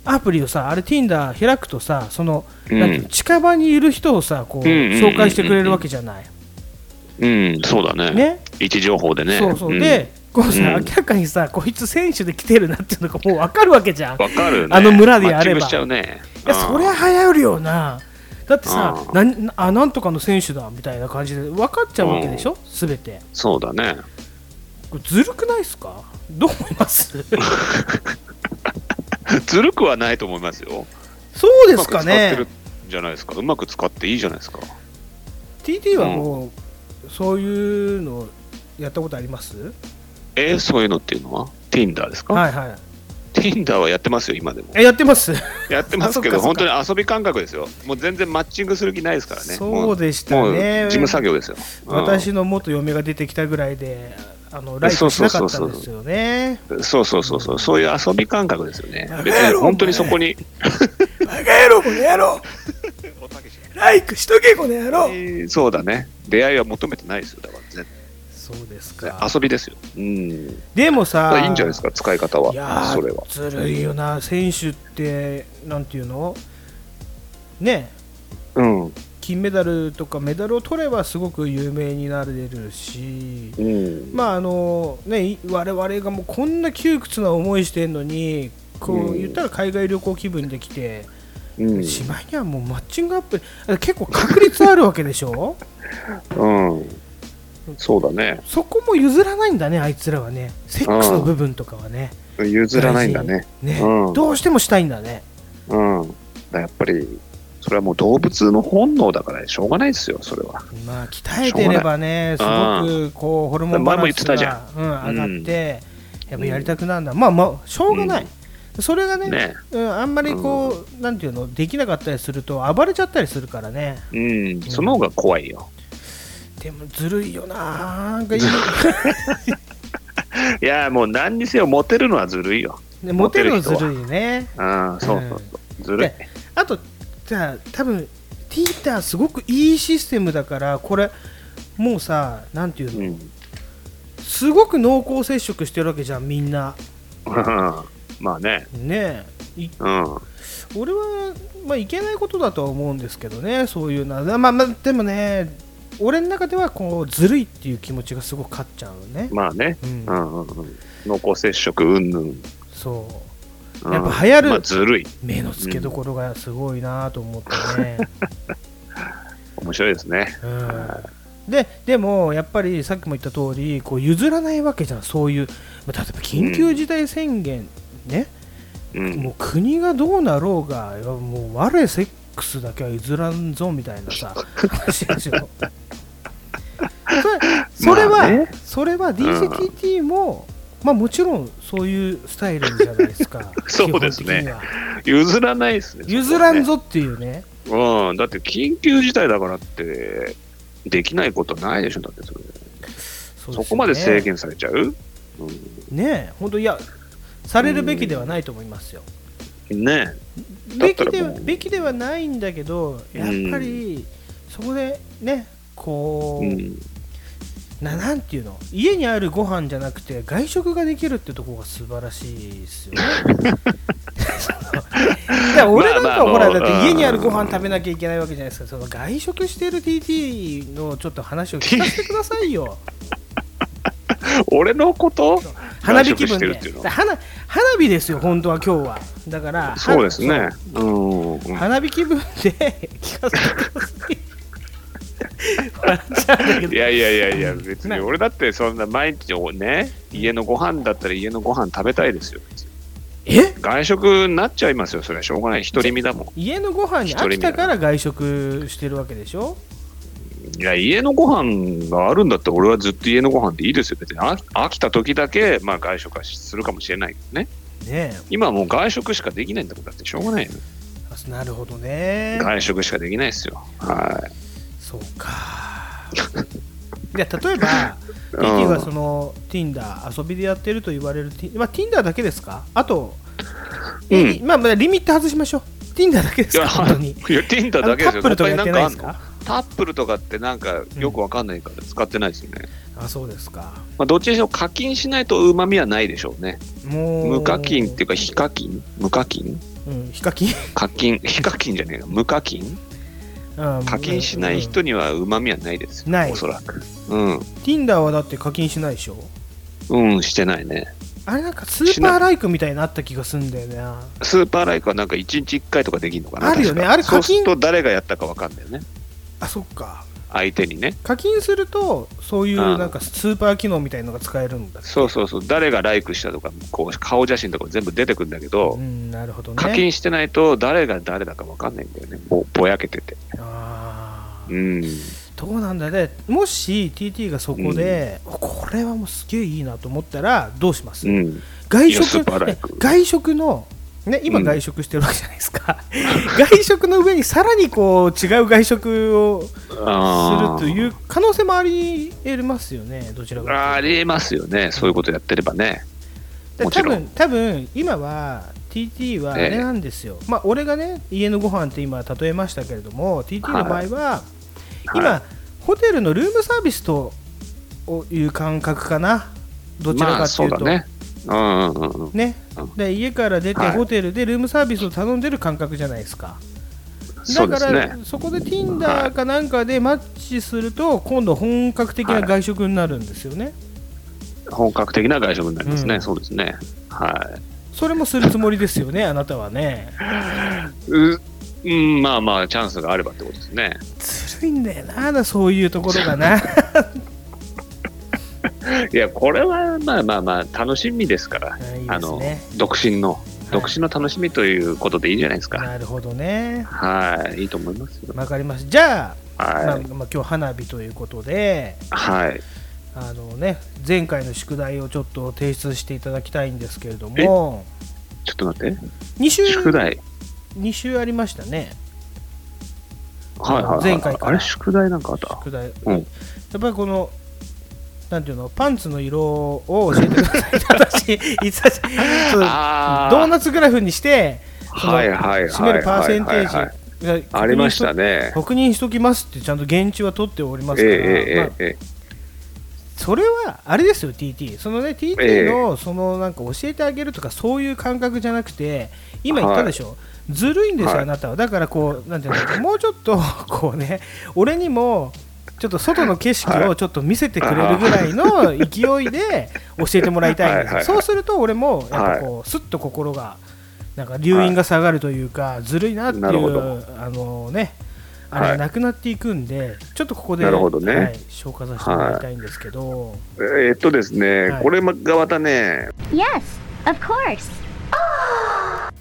S2: アプリをさあれ Tinder 開くとさその、
S3: うん
S2: なんていうの近場にいる人をさこう、
S3: うんうんうんうん
S2: 紹介してくれるわけじゃない、
S3: うん、そうだね。
S2: ね
S3: 位置情報でね。
S2: そうそう、
S3: ん
S2: で、こうさ、
S3: う
S2: 明
S3: ん
S2: らかにさこいつ選手で来てるなっていうのがもう分かるわけじゃん
S3: わかるね。
S2: あの村でやれば
S3: マッチングしちゃうね。
S2: いやそりゃ流行るよなだってさ
S3: う
S2: なんあなんとかの選手だみたいな感じで分かっちゃうわけでしょ、すべて
S3: そうだ ね。
S2: これずるくないですかどう思います
S3: ずるくはないと思いますよ。
S2: そうですか
S3: うまく使
S2: ね
S3: ってるんじゃないですか。うまく使っていいじゃないですか。
S2: TT はもう、そういうのやったことあります
S3: えーそういうのっていうのは Tinder ですか、
S2: はいはい
S3: ?Tinder はやってますよ、今でも。
S2: えやってます、
S3: やってますけ
S2: あ
S3: ど、
S2: そっ
S3: 本
S2: かそ
S3: 当
S2: っ
S3: に遊び感覚ですよ。もう全然マッチングする気ないですからね。
S2: そうでしたね
S3: もうもう事務作業ですよ。うん
S2: 私の元嫁が出てきたぐらいであのライトしなかったんですよね
S3: そうそうそうそう、そういう遊び感覚ですよね。別
S2: や
S3: に
S2: ろ
S3: 本当にそ こに。
S2: バカ野郎この野郎ライクしとけこの野郎
S3: えーそうだね。出会いは求めてないですよ。だから絶
S2: そうです
S3: 対
S2: か
S3: 遊びですよ。うん。だ
S2: でも
S3: か
S2: さ
S3: らいいんじゃないですか、使い方
S2: いや
S3: は。
S2: ー
S3: それは。
S2: ずるいよな選手ってなんていうのね
S3: うん。う
S2: 金メダルとかメダルを取ればすごく有名になれるし
S3: ん。
S2: まああのねい我々がもうこんな窮屈な思いしてんのにこ
S3: う
S2: うん言ったら海外旅行気分できて、
S3: うん。
S2: しまいにはもうマッチングアップリ結構確率あるわけでしょ
S3: うん。そうだね。
S2: そこも譲らないんだねあいつらはねセックスの部分とかはね
S3: 譲らないんだね。
S2: ね、
S3: うん
S2: どうしてもしたいんだね
S3: うん。だからやっぱり、それはもう動物の本能だからしょうがないですよ、それは。
S2: まあ鍛えてればね、す
S3: しょうが
S2: ご
S3: ない
S2: くこうホルモンバランスが、
S3: 前も言
S2: う
S3: っ
S2: ん、
S3: ん
S2: 上がって、やっぱやりたくなるんだ、まあまあ、しょうがない、それがね
S3: ね
S2: うん、あんまりこう、なんていうの、できなかったりすると、暴れちゃったりするからね、
S3: うん。その方が怖いよ。
S2: でもずるいよな、なんかいい
S3: いやー、もう何にせよ、モテるのはずるいよ。
S2: ねモテるのず
S3: モテ
S2: るいね。
S3: うん、そうそうそう。ずるい
S2: で。あと、じゃあ、多分ティーター、すごくいいシステムだから、これ、もうさ、なんていうの、
S3: うん。
S2: すごく濃厚接触してるわけじゃん、みんな。
S3: まあね。
S2: ねえい
S3: うん。
S2: 俺は、まあ、いけないことだとは思うんですけどね、そういうのは、まあまあ、でもね、俺の中ではこうずるいっていう気持ちがすごく勝っちゃうね、
S3: まあね。
S2: うん
S3: うんうんうん。濃厚接触うんぬん。
S2: そう、
S3: うん
S2: やっぱ流行る
S3: まあ、ずるい。
S2: 目の付けどころがすごいなと思ってね。
S3: 面白いですね。
S2: うん、ででも、やっぱりさっきも言った通りこり、譲らないわけじゃん、そういう、まあ例えば緊急事態宣言、ね、
S3: うん。
S2: もう国がどうなろうが、いやもう我セックスだけは譲らんぞみたいな さ、話でしょ。それそれは、
S3: まあね、
S2: それは DCTT も、まあもちろんそういうスタイルじゃないですか
S3: そうですね
S2: 基本的には。
S3: 譲らないですね。
S2: 譲らんぞっていうね、
S3: そこはね。うん。だって、緊急事態だからって、できないことないでしょ、だってそれ。
S2: そ
S3: そこまで制
S2: ね
S3: 限されちゃう、
S2: ね、本当、いや、されるべきではないと思いますよ。
S3: うん、ねだっ
S2: べき
S3: たら
S2: で
S3: もう
S2: はべきではないんだけど、やっぱり、そこでね、こ
S3: う
S2: う。
S3: ん、
S2: ななんていうの家にあるご飯じゃなくて外食ができるってとこが素晴らしいです よね。いや俺なんかはほ
S3: まあまあ
S2: らだって家にある
S3: うん
S2: ご飯食べなきゃいけないわけじゃないですかその外食してる TT のちょっと話を聞かせてくださいよ
S3: 俺のこと
S2: 花火気分
S3: 外食してる
S2: で
S3: っていうの
S2: だ花花火ですよ本当は今日はだから
S3: そうですねうんうん
S2: は花火気分で 聞かせてください笑っちゃうんだけど
S3: いやいやいやいや別に
S2: ね
S3: 俺だってそんな毎日ね家のご飯だったら家のご飯食べたいですよ
S2: え
S3: 外食になっちゃいますよそれはしょうがない独り身だも
S2: 家のご飯に飽きたから外食してるわけでしょ
S3: んいや、家のご飯があるんだったら、俺はずっと家のご飯でいいですよ。別に飽き飽きた時だけ、まあ、外食はするかもしれないけどね。
S2: ね
S3: 今はもう外食しかできないんだもんだってしょうがないよ。
S2: えなるほどね
S3: 外食しかできないですよ。はい。
S2: そうかいや例え ば TT はその Tinder 遊びでやってると言われる、Ti- まあ、Tinder だけですかあと、
S3: うん
S2: えまあ、まあリミット外しましょう Tinder だけで
S3: い
S2: す
S3: や、
S2: か
S3: い
S2: 本当に
S3: や、 ティンダだけですよ。
S2: あのカップルとか
S3: 他に
S2: やって
S3: ん
S2: ない
S3: あ
S2: です
S3: んの
S2: か
S3: タップルとかってなんかよくわかんないから使ってないですよね。
S2: あそうですか
S3: まあ、どっちにしろ課金しないとうまみはないでしょうね。
S2: もう
S3: 無課金っていうか非課金無課金
S2: うん、ヒカ キン
S3: 課金非課金じゃねえか無課金
S2: うん
S3: 課金しない人にはうまみはないですよ。
S2: ない
S3: おそらく。うん。
S2: Tinder はだって課金しないでしょ
S3: うん、してないね。
S2: あれなんかスーパーライクみたいになった気がすんだよね
S3: スーパーライクはなんか1日1回とかできるのかな
S2: あるよね
S3: 確か
S2: あれ課金
S3: そうすると誰がやったかわかんないよね。
S2: あそっか
S3: 相手にね。
S2: 課金するとそういう
S3: うん
S2: なんかスーパー機能みたいのが使えるんだ
S3: そうそうそう。誰がライクしたとか、こう顔写真とかも全部出てくるんだけど、
S2: うんなるほどね
S3: 課金してないと誰が誰だかわかんないんだよね。ぼぼやけてて。
S2: あー
S3: うん。
S2: どうなんだねもし TT がそこで、これはもうすげえいいなと思ったらどうします、
S3: うん。
S2: 外
S3: いやスーパ
S2: 食
S3: ーライ
S2: ね
S3: ク
S2: 外食のね、今
S3: うん
S2: 外食してるわけじゃないですか、 外食の上にさらにこう違う外食をす
S3: あ。
S2: るというう可能性もありえますよねどちらかというと
S3: ありえますよね。そういうことやってればね。
S2: で
S3: もち
S2: 多
S3: ろ
S2: 分
S3: ん
S2: 多分今は TT はあれなんですよ、まあ俺がね家のご飯って今例えましたけれども TT の場合は、今、
S3: は
S2: ホテルのルームサービスという感覚かなどちら
S3: ま
S2: か
S3: あ
S2: と
S3: そ
S2: いうう
S3: だ
S2: と、
S3: ね。うんうんうんうん。
S2: ね
S3: うん
S2: で家から出て
S3: はい
S2: ホテルでルームサービスを頼んでる感覚じゃないですか、だ
S3: そうで
S2: か
S3: す
S2: ら
S3: ね
S2: そ,、。こで Tinder かなんかでマッチすると今度本格的な外食になるんですよね、
S3: 本格的な外食になりますね。
S2: うん
S3: そうですね。はい。
S2: それもするつもりですよねあなたはね
S3: ううん、まあまあ、チャンスがあればってことですね。
S2: ずるいんだよなだそういうところがな
S3: いや、これはまあまあまあ、楽しみですから、
S2: いい
S3: あ
S2: です
S3: の
S2: ね、
S3: 独身の、独身の楽しみということでいいじゃないですか。
S2: なるほどね
S3: はい、いいと思いますよ。
S2: わかりましたじゃあ,まあ、
S3: は
S2: まあ今日花火ということで
S3: い。はい。
S2: あのね前回の宿題をちょっと提出していただきたいんですけれども
S3: ちょっと待って。
S2: 2週
S3: 宿題。
S2: 二週ありましたね
S3: はいはい、はい。
S2: 前回から
S3: あれ、宿題なんかあった
S2: 宿題、
S3: うん
S2: やっぱりこのなんていうのパンツの色を教えてくださいって私言ってたじゃんそう
S3: あー
S2: ドーナツグラフにしてその
S3: はいはいはいはいはい
S2: 占めるパーセンテージが
S3: ありましたね。
S2: 確認しときますってちゃんと現地は取っておりま
S3: え
S2: す
S3: え
S2: から、
S3: え
S2: まあ
S3: えええ
S2: それはあれですよ TT そのね TT のそのなんか教えてあげるとかそういう感覚じゃなくて今言ったでしょ、ずるいんですよ、
S3: はい
S2: あなたはだからこうなんていうのもうちょっと こうね俺にもちょっと外の景色をちょっと見せてくれるぐらいの勢いで教えてもらいたいんです
S3: は
S2: よ
S3: い
S2: そうすると俺もやっぱこうすっと心がなんか留飲が下がるというかずるいなっていう
S3: なるほど
S2: あのねあれがなくなっていくんでちょっとここで
S3: なるほどね
S2: はい消化させてもらいたいんですけど。
S3: えーっとですね、
S2: はい
S3: これがまたね、
S7: Yes, of course.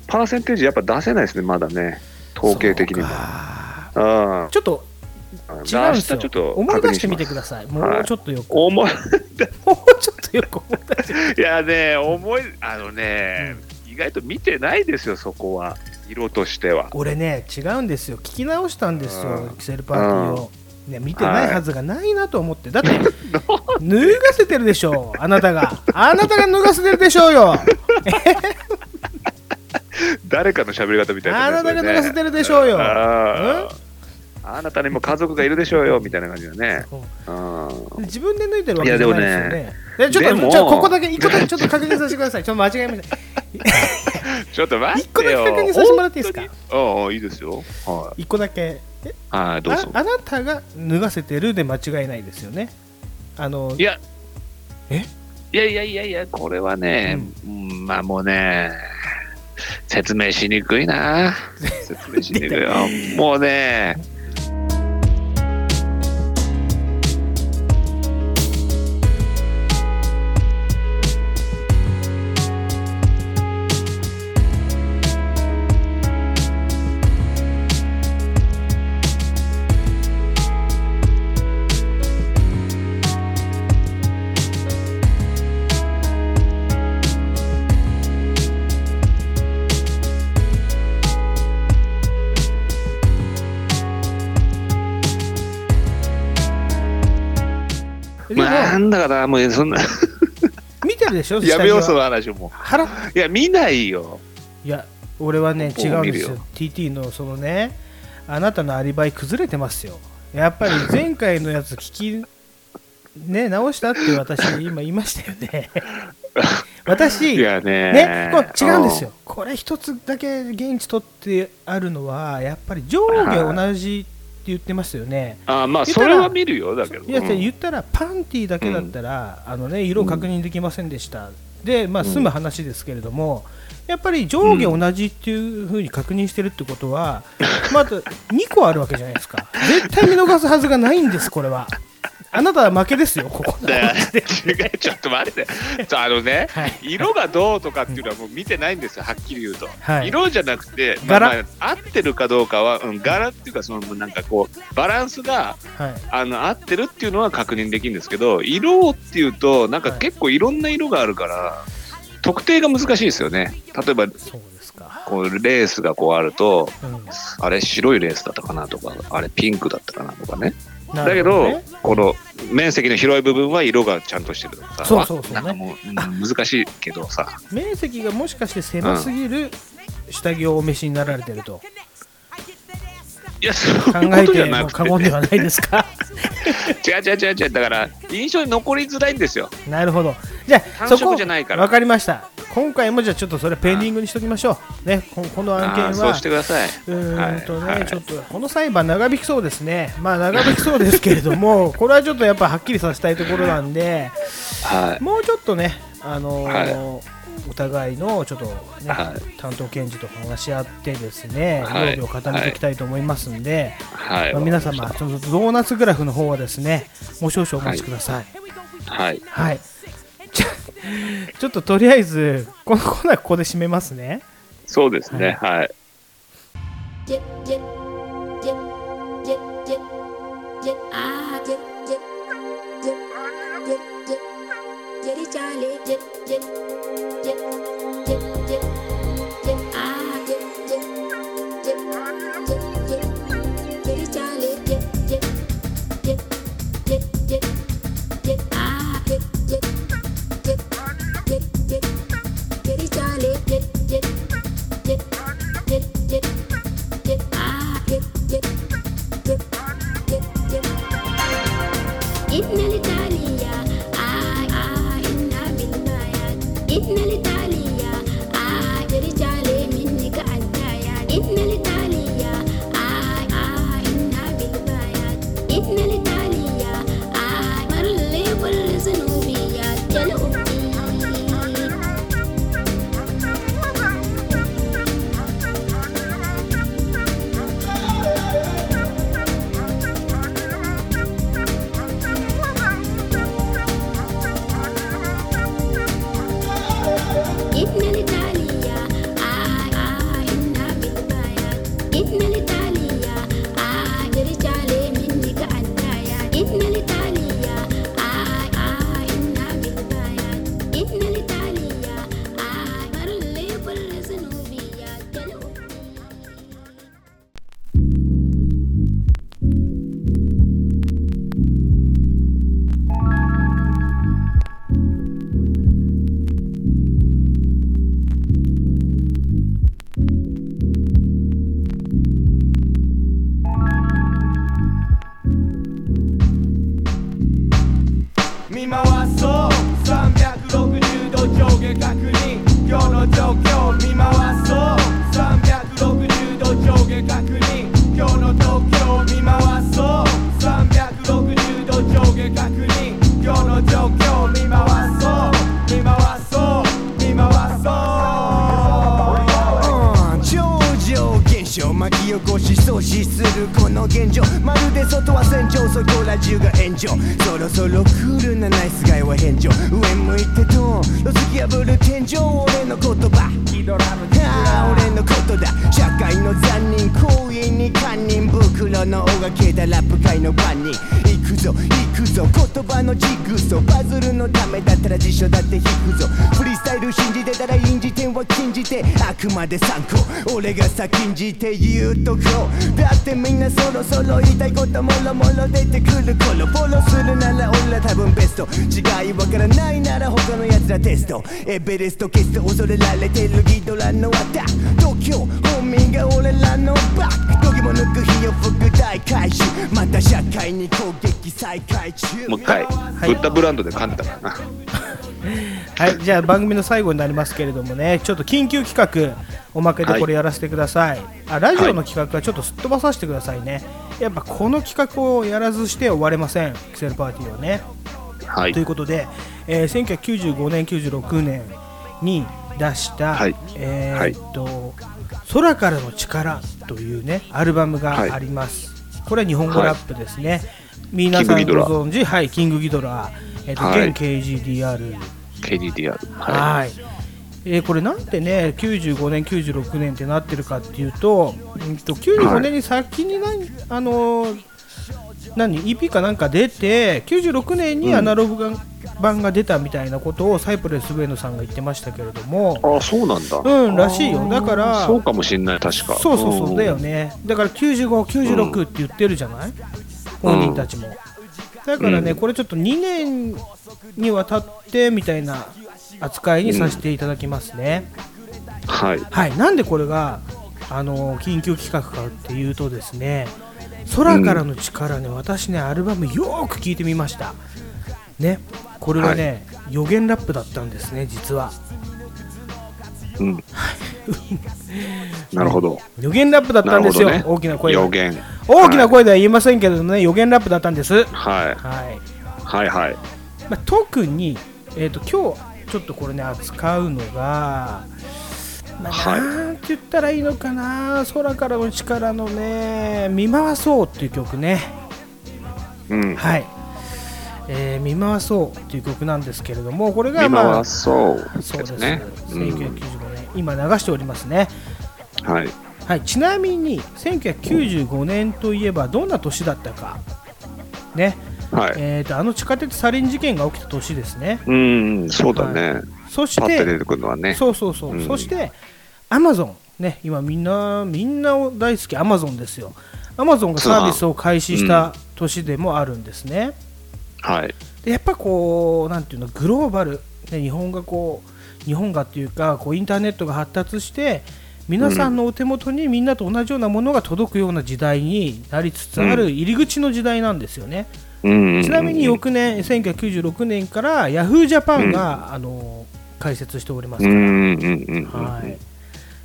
S3: パーセンテージやっぱ出せないですね、まだね、統計的にも。
S2: は
S3: うん
S2: ちょっと
S3: 出
S2: 違うんです
S3: した
S2: よ
S3: ちょっと
S2: 思い出してみて
S3: 確
S2: く
S3: 認
S2: だ
S3: し
S2: さい
S3: ます
S2: も
S3: は
S2: う
S3: い
S2: ちょっとよく、 も
S3: 思い
S2: うちょっとよく思い出して
S3: いやね、思い、あのね、意外と見てないですよ、そこは、色としては。
S2: 俺ね違うんですよ聞き直したんです
S3: うん
S2: よエクセルパーティーを、ね、見てないはずがないなと思ってだって 脱がせてるでしょうあなたがあなたが脱がせてるでしょうよ
S3: 誰かの喋り方みたいな、
S2: あなたが脱がせて
S3: る
S2: るでしょうよ
S3: あーあなたにも家族がいるでしょうよみたいな感じだね。うん
S2: 自分で脱いでるわけじゃないですよ
S3: い
S2: ねえちょっ
S3: でも
S2: とじゃあここだけ一個だけちょっと確認させてくださいちょっと間違えました
S3: ちょっと待っ
S2: 一個だ
S3: て
S2: け
S3: よ。
S2: 確認させてもらっていいですか
S3: 本当にああ、いいですよ。は
S2: 一個だけえ
S3: い、はい、どうぞ
S2: あ。あなたが脱がせてるで間違いないですよねあの
S3: いや、
S2: え
S3: いやいやいやいや、これはね、うんまあもうね、説明しにくい な。説明しにくいよ。もうね、
S2: 「ど
S3: なんだかな、もうそんな、
S2: 見てるでしょ
S3: やめよ う、
S2: 下
S3: そ
S2: 着は
S3: の話をも
S2: 腹
S3: う。いや、見ないよ。
S2: いや俺はね
S3: ポン
S2: 違
S3: ポン
S2: う
S3: を
S2: ん
S3: 見
S2: で
S3: る
S2: す
S3: よ
S2: よ TT のそのねあなたのアリバイ崩れてますよや っぱり前回のやつ聞きね直したって私今言いましたよ ね私
S3: いやね
S2: ね、こう違うんですよ、これ一つだけ現地取ってあるのは、やっぱり上下同じって言ってますよね。
S3: あま
S2: 言
S3: あ
S2: った
S3: そ
S2: ら
S3: れは見るよだけど
S2: いや
S3: うん
S2: 言ったら、パンティーだけだったら、あのね、色を確認できませんでした、で、まあ、済む話ですけれども、やっぱり上下同じっていうふうに確認してるってことは、 まあ、あと2個あるわけじゃないですか、絶対見逃すはずがないんです、これは。あなたは負けですよ、ここ。
S3: だ違う ちょっと待ってちょあのね、
S2: はい
S3: 色がどうとかっていうのはもう見てないんですよはっきり言うと、
S2: はい
S3: 色じゃなくて、まあ
S2: 柄
S3: まあ合ってるかどうかは、うん、柄っていうかそのなんかこうバランスが
S2: はい
S3: あの合ってるっていうのは確認できるんですけど色っていうとなんか
S2: はい
S3: 結構いろんな色があるから、特定が難しいですよね例えば
S2: そうですか、
S3: こうレースがこうあると
S2: うん
S3: あれ白いレースだったかなとかあれピンクだったかなとかね
S2: な
S3: だけ
S2: るほ
S3: ど、
S2: ね
S3: この面積の広い部分は色がちゃんとしてるとかさ
S2: そうそうそうね
S3: なんかもう、うん難しいけどさ
S2: 面積がもしかして狭すぎる下着をお召しになられてる と
S3: いやそう
S2: 考
S3: いうこ
S2: え
S3: とじ
S2: て
S3: ゃな
S2: も
S3: くて
S2: 過言ではないですか
S3: 違う違う違う違うだから印象に残りづらいんですよ
S2: なるほどじゃあ
S3: 単
S2: そ
S3: 色
S2: こ
S3: じゃないから
S2: 分かりました今回もじゃあちょっとそれペンディングにしときましょうねここの案件
S3: あーそう
S2: は
S3: してくださいう
S2: ーんとね、
S3: はいはい
S2: ちょっとこの裁判長引きそうですねまあ長引きそうですけれど もこれはちょっとやっぱはっきりさせたいところなんで
S3: はい
S2: もうちょっとねあのー
S3: は
S2: お互いのちょっと、ね
S3: は
S2: 担当検事と話し合ってですね、
S3: はい
S2: 料理を固めていきたいと思いますんで、
S3: はい、
S2: まあ、皆様そのドーナツグラフの方はですねもう少々お待ちください
S3: はい
S2: はい、 じゃちょっととりあえずこのコーナーここで締めますね
S3: そうですねはい、
S5: ah, ah, ah, إن الإيطاليا آي آي إنا بالنايات إن الإيطاليا آي برجالي منك عدايات إن الإيطاليا آي آي إنا بالنايات إن الإيطاليا آي مرلي كل زنوبيات جنوبي إن الإيطاليا آي آي إنا بالبايات إن الإيطاليا آي برجالي منك عدايات إن الإيطاليا آي آي إنا بالبايات إن الإيطاليا آي مرلي كل زنوبيات جنوبي
S8: うん超常現象巻き起こし阻止するこの現状まるで外は戦場そこら中が炎上そろそろクールなナイスガイは返上上向いてドーン突き破る天井俺の言葉ああ俺のことだ社会の残忍行為に堪忍袋の尾がけだラップ界の番人いくぞ行くぞ言葉のジグソーパズルのためだったら辞書だって引くぞフリースタイル信じてたら印字点は禁じてあくまで参考俺が先んじて言うとこだってみんなそろそろ言いたいこともろもろ出てくる頃フォローするなら俺ら多分ベスト違いわからないなら他の奴らテストエベレスト決して恐れられてるギドラの綿東京本民が俺らのバック時も抜く日を吹く大回収また社会に攻撃再開中
S3: もう一回、
S2: い
S3: ブッダブランドで噛んでたからな。
S2: はい、じゃあ番組の最後になりますけれどもね、ちょっと緊急企画、おまけでこれやらせてください。あラジオの企画はちょっとすっ飛ばさせてくださいね。やっぱこの企画をやらずして終われません、キセルパーティーはね。
S3: はい
S2: とい。うことで、えー1995年、96年に出した、
S3: はい
S2: えーっと、空からの力というね、アルバムがあります。これは日本語ラップですね。皆さん
S3: キン
S2: ご
S3: グギドラ
S2: 存知、はい、キングギドラ、えーっと
S3: はい
S2: 現 KGDR。
S3: KDDR。は
S2: はいえーこれなんでね95年、96年ってなってるかっていうとうんと95年に先に何、あのー何 EP かなんか出て96年にアナログが、版が出たみたいなことをサイプレス上野さんが言ってましたけれども
S3: い。あ、そうなんだ。
S2: うんらしいよだから
S3: そうかもしんない、確か。
S2: そうそうそうだよ
S3: ね。
S2: ねだから95、96って言ってるじゃない、本人たちも。だからね、
S3: うん
S2: これちょっと2年にわたってみたいな扱いにさせていただきますね。
S3: はい。
S2: はい、なんでこれがあの緊急企画かっていうとですね空からの力ね、私ねアルバムよーく聞いてみましたねこれはね、予言ラップだったんですね実は
S3: うん。なるほど。
S2: 予言ラップだっ
S3: な
S2: たん
S3: る
S2: で
S3: ほ
S2: すよ、
S3: どね。
S2: 大きな声で
S3: 予言。
S2: 大きな声では言えませんけれどもね、予言ラップだったんです
S3: はい。
S2: はい、
S3: はいはい。
S2: まあ、特に、えー、と今日ちょっとこれね扱うのが、まあ
S3: はい
S2: なんて言ったらいいのかな空からの力のね「見回そう」っていう曲ね
S3: うん。
S2: はい、えー見回そうっていう曲なんですけれどもこれが
S3: 見
S2: まあ
S3: 回そう
S2: そう
S3: で
S2: ですす
S3: ね
S2: ね。
S3: うん
S2: 1995年、今流しておりますね
S3: はい。
S2: はいちなみに1995年といえばどんな年だったかね
S3: はい。
S2: えー、とあの地下鉄サリン事件が起きた年ですね、
S3: うん、そうだね。
S2: そし
S3: パッ
S2: て
S3: て、出てくるのはね。
S2: そうそうそう、
S3: うん
S2: そしてアマゾンね今みんなみんな大好きアマゾンですよアマゾンがサービスを開始した年でもあるんですね、
S3: はい。
S2: でやっぱこうなんていうのグローバル、ね、日本がこう日本がっていうかこうインターネットが発達して皆さんのお手元にみんなと同じようなものが届くような時代になりつつある入り口の時代なんですよね、
S3: うん。
S2: ちなみに翌年1996年からヤフージャパンが、あの開設しております
S3: う
S2: から、
S3: んうんうんうん。
S2: はい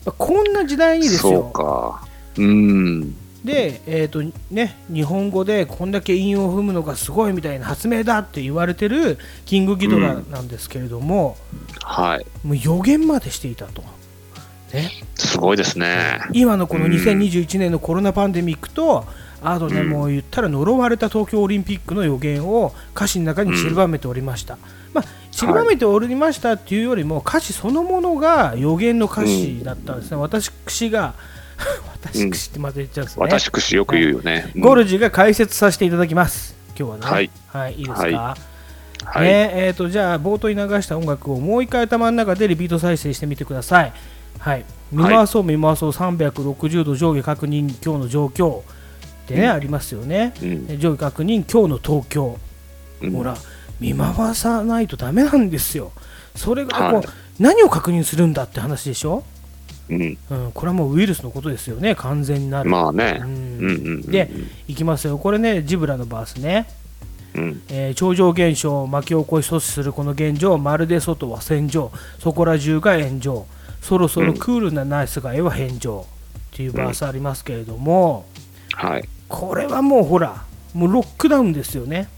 S2: まあこんな時代にです
S3: そう
S2: よ
S3: か。うん。
S2: で、えーとね、日本語でこんだけ韻を踏むのがすごいみたいな発明だって言われてるキングギドラなんですけれども、
S3: はい。
S2: もう予言までしていたと、ね、
S3: すごいですね。
S2: 今のこの
S3: うん
S2: 2021年のコロナパンデミックと、あとね、
S3: うん
S2: もう言ったら呪われた東京オリンピックの予言を歌詞の中に散りばめておりました、まあ、散りばめておりましたっていうよりも歌詞そのものが予言の歌詞だったんですね、私が 私ってまた言っちゃうんですね、
S3: 私くしよく言うよね。うん
S2: ゴルジが解説させていただきます今日はね
S3: はい、
S2: い、いいですか、
S3: ははい。
S2: ねえーとじゃあ冒頭に流した音楽をもう一回頭の中でリピート再生してみてください、はい、見回そう見回そう360度上下確認今日の状況ってね、ありますよね、
S3: うん
S2: で上下確認今日の東京、
S3: うん
S2: ほら見回さないとダメなんですよそれがこう、
S3: はい
S2: 何を確認するんだって話でしょ、
S3: うん。
S2: うん、これはもうウイルスのことですよね完全になる、
S3: まあね。
S2: う
S3: うんんうんうん。
S2: で、いきますよ、これね、ジブラのバースね、
S3: うん。
S2: えー超常現象を巻き起こし阻止するこの現状、まるで外は戦場、そこら中が炎上、そろそろクールなナイスガイは返上っていうバースありますけれども、
S3: はい。
S2: これはもうほら、もうロックダウンですよね、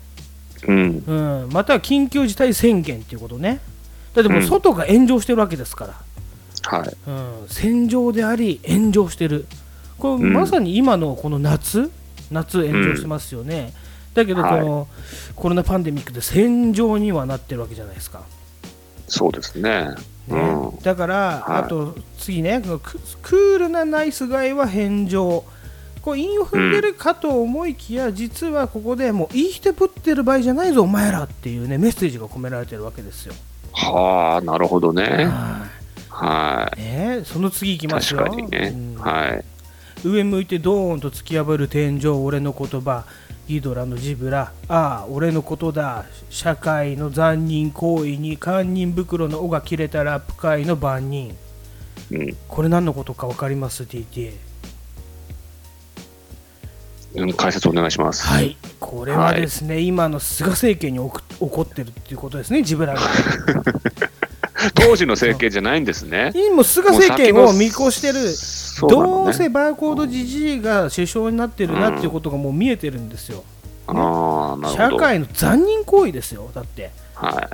S3: うん。
S2: うん、または緊急事態宣言っていうことね、だってもう
S3: うん
S2: 外が炎上してるわけですから。
S3: はい。
S2: うん、戦場であり炎上してるこれ、
S3: うん
S2: まさに今のこの夏夏炎上してますよね、だけどこ
S3: はい
S2: の、コロナパンデミックで戦場にはなってるわけじゃないですか、
S3: そうですね。う
S2: ね
S3: ん。
S2: だから、
S3: は
S2: あ
S3: い
S2: と次ねこのククールなナイスガイは返上こう韻を踏んでるかと思いきや、実はここでもういい人ぶってる場合じゃないぞお前らっていうねメッセージが込められてるわけですよ。
S3: はあ、なるほどね。
S2: は
S3: はい
S2: ねその次いき
S3: い。
S2: ます
S3: 確
S2: よ。
S3: かにね
S2: う。ん
S3: はい。
S2: 上向いてドーンと突き破る天井俺の言葉ギドラのジブラああ俺のことだ社会の残忍行為に堪忍袋の尾が切れたラップ界の番人
S3: うん
S2: これ何のことか分かります TTA
S3: うん、解説お願いします。
S2: はいこれはですね、今の菅政権におく起こってるっていうことですねジブラ が
S3: 当時の政権じゃないんですね。
S2: 今菅政権を見越してる
S3: そうな
S2: ど
S3: の
S2: うせ
S3: ね。
S2: バーコードじじいが首相になってるなっていうことがもう見えてるんですよ、
S3: ああ、なる
S2: 社
S3: ほど。
S2: 会の残忍行為ですよだって
S3: は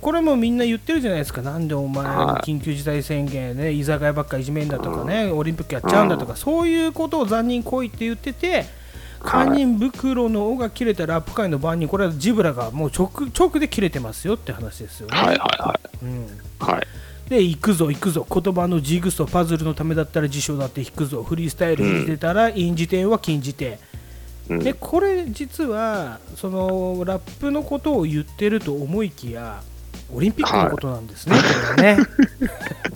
S2: これもみんな言ってるじゃないですか、なんでお前、
S3: はい
S2: 緊急事態宣言ね、居酒屋ばっかいじめんだとかね、オリンピックやっちゃうんだとか、そういうことを残忍行為って言ってて、
S3: はい
S2: 堪忍袋の尾が切れたラップ界の番人、これはジブラがもう直直で切れてますよって話ですよ
S3: い。
S2: ね。
S3: はいはいは
S2: うん
S3: い。はい。
S2: で行くぞ行くぞ言葉のジグソーパズルのためだったら辞書だって引くぞフリースタイル引いてたら印字点は禁じて、
S3: うん
S2: でこれ実はそのラップのことを言ってると思いきやオリンピックのことなんですね、これは ね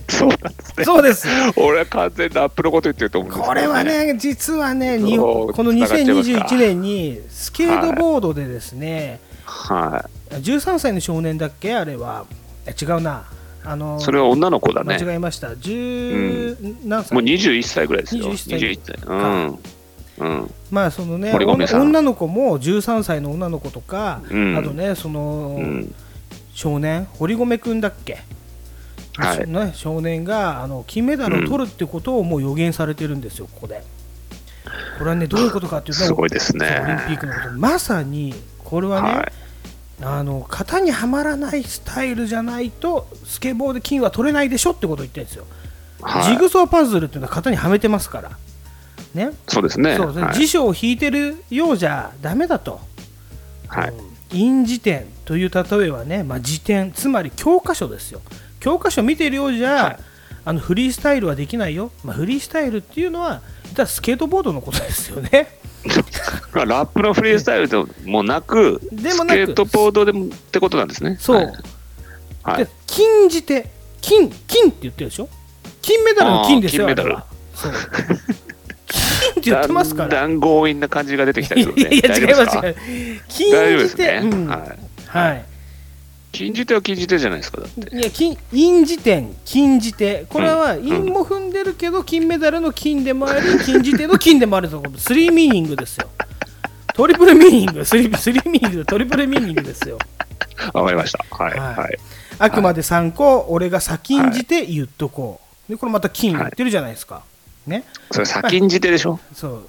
S3: そうなんですね。
S2: そうです
S3: 俺は完全にラップのこと言ってると思うんですけ
S2: こ
S3: ど
S2: れは。ね実はね日
S3: そ
S2: 本
S3: う
S2: この
S3: 繋がっちゃいますか
S2: 2021年にスケートボードでですね、
S3: は
S2: 13歳の少年だっけあれはえ違うなあの
S3: い。それは女の子だね。
S2: 間違えました10、何歳
S3: もう21歳ぐらいですよ。
S2: 21歳
S3: 21歳。うん。うん。
S2: まあそのね
S3: 堀米さん
S2: 女女の子も13歳の女の子とか、
S3: うん
S2: あとねその、
S3: うん。
S2: 少年堀米君だっけ、
S3: はい
S2: そのね、少年があの金メダルを取るってことをもう予言されてるんですよ、ここで。これはねどういうことかっていうと
S3: すごいですね
S2: そうオリンピックのことまさにこれはね、
S3: はい。
S2: あの型にはまらないスタイルじゃないとスケボーで金は取れないでしょってことを言ってるんですよ、
S3: はい
S2: ジグソーパズルっていうのは型にはめてますから。ね、
S3: そうですね。
S2: そうですね
S3: はい
S2: 辞書を引いてるようじゃダメだと、
S3: はい。
S2: 印辞典という例えはね、まあ、辞典、つまり教科書ですよ、教科書見てるようじゃ、
S3: はい
S2: あのフリースタイルはできないよ、まあ、フリースタイルっていうのは、言ったらスケートボードのことですよね、
S3: ラップのフリースタイルでもなく、
S2: でも
S3: ス
S2: なく
S3: ケートボードでもってことなんですね。
S2: そう、
S3: はいはい
S2: で金辞典、金、金って言ってるでしょ、金メダルの金ですよ、
S3: あー金メ
S2: あれ
S3: ダル
S2: はそう金って言ってますから。
S3: だんだん強引な感じが出てきた
S2: い
S3: りするね
S2: やいや違います違う禁
S3: 大丈夫で
S2: じ
S3: す
S2: て、
S3: ね、
S2: うん
S3: は
S2: はいい、
S3: 禁じ手は禁じ手じゃないですかだって
S2: いや金印辞典、禁じ手、これは印も踏んでるけど、金メダルの金でもあり、禁じ手の金でもあるところ、スリーミーニングですよ。トリプルミーニング、スリースリーミーニング、トリプルミーニングですよ。
S3: わかりましたはい
S2: は
S3: はいい、
S2: あくまで参考、俺が先んじて言っとこう。で、これまた金言ってるじゃないですか。ね、
S3: それ先んじ手でしょ
S2: そう。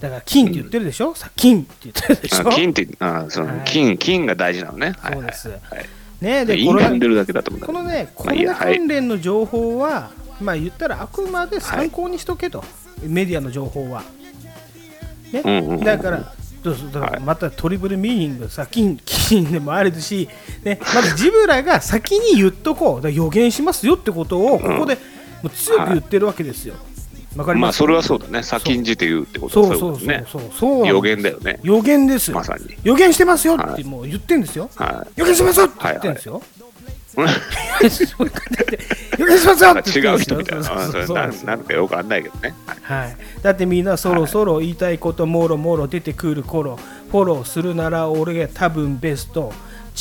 S2: だから金って言ってるでしょ、さ金って言ってるでし
S3: あ
S2: ょ。
S3: 金ってあそ
S2: はい
S3: の金金が大事なのねはい
S2: そうです。
S3: はい
S2: ね、
S3: で
S2: で、
S3: イ
S2: こ
S3: ン
S2: れ
S3: 踏んでるだけだと思うんだ
S2: こ
S3: けど
S2: のね、コ
S3: まあいい
S2: ロ
S3: や
S2: ナ
S3: はい
S2: 関連の情報は、まあ言ったらあくまで参考にしとけと、メディアの情報は。ね
S3: うんうんうん
S2: だから、どうぞだから
S3: はい
S2: またトリプルミーニング、さ金 金でもあるし、ね、まずジブラが先に言っとこう、だから予言しますよってことを、ここでもう強く言ってるわけですよ。わ、かり
S3: ま
S2: ま
S3: あ
S2: す
S3: それはそうだね先んじて言うってこと
S2: そ
S3: は
S2: うそう
S3: い
S2: そうそ
S3: こと
S2: う、
S3: ね
S2: そうなん
S3: 予言だよね
S2: 予言ですよ、
S3: まさに
S2: 予言してますよっ
S3: は
S2: て
S3: い
S2: もう言ってるんですよ、
S3: はい
S2: 予言しますよって
S3: は
S2: 言
S3: い
S2: ってるんですよ。
S3: うん
S2: そういう感じでよろしくお願いし
S3: なん
S2: ま
S3: か
S2: す
S3: 違
S2: よ
S3: う人みたいな
S2: そうそうそう
S3: うんそれなんなんかよくわかんないけどねはい
S2: はい、だってみんなそろそろ言いたいこともろもろ出てくる頃フォローするなら俺が多分ベスト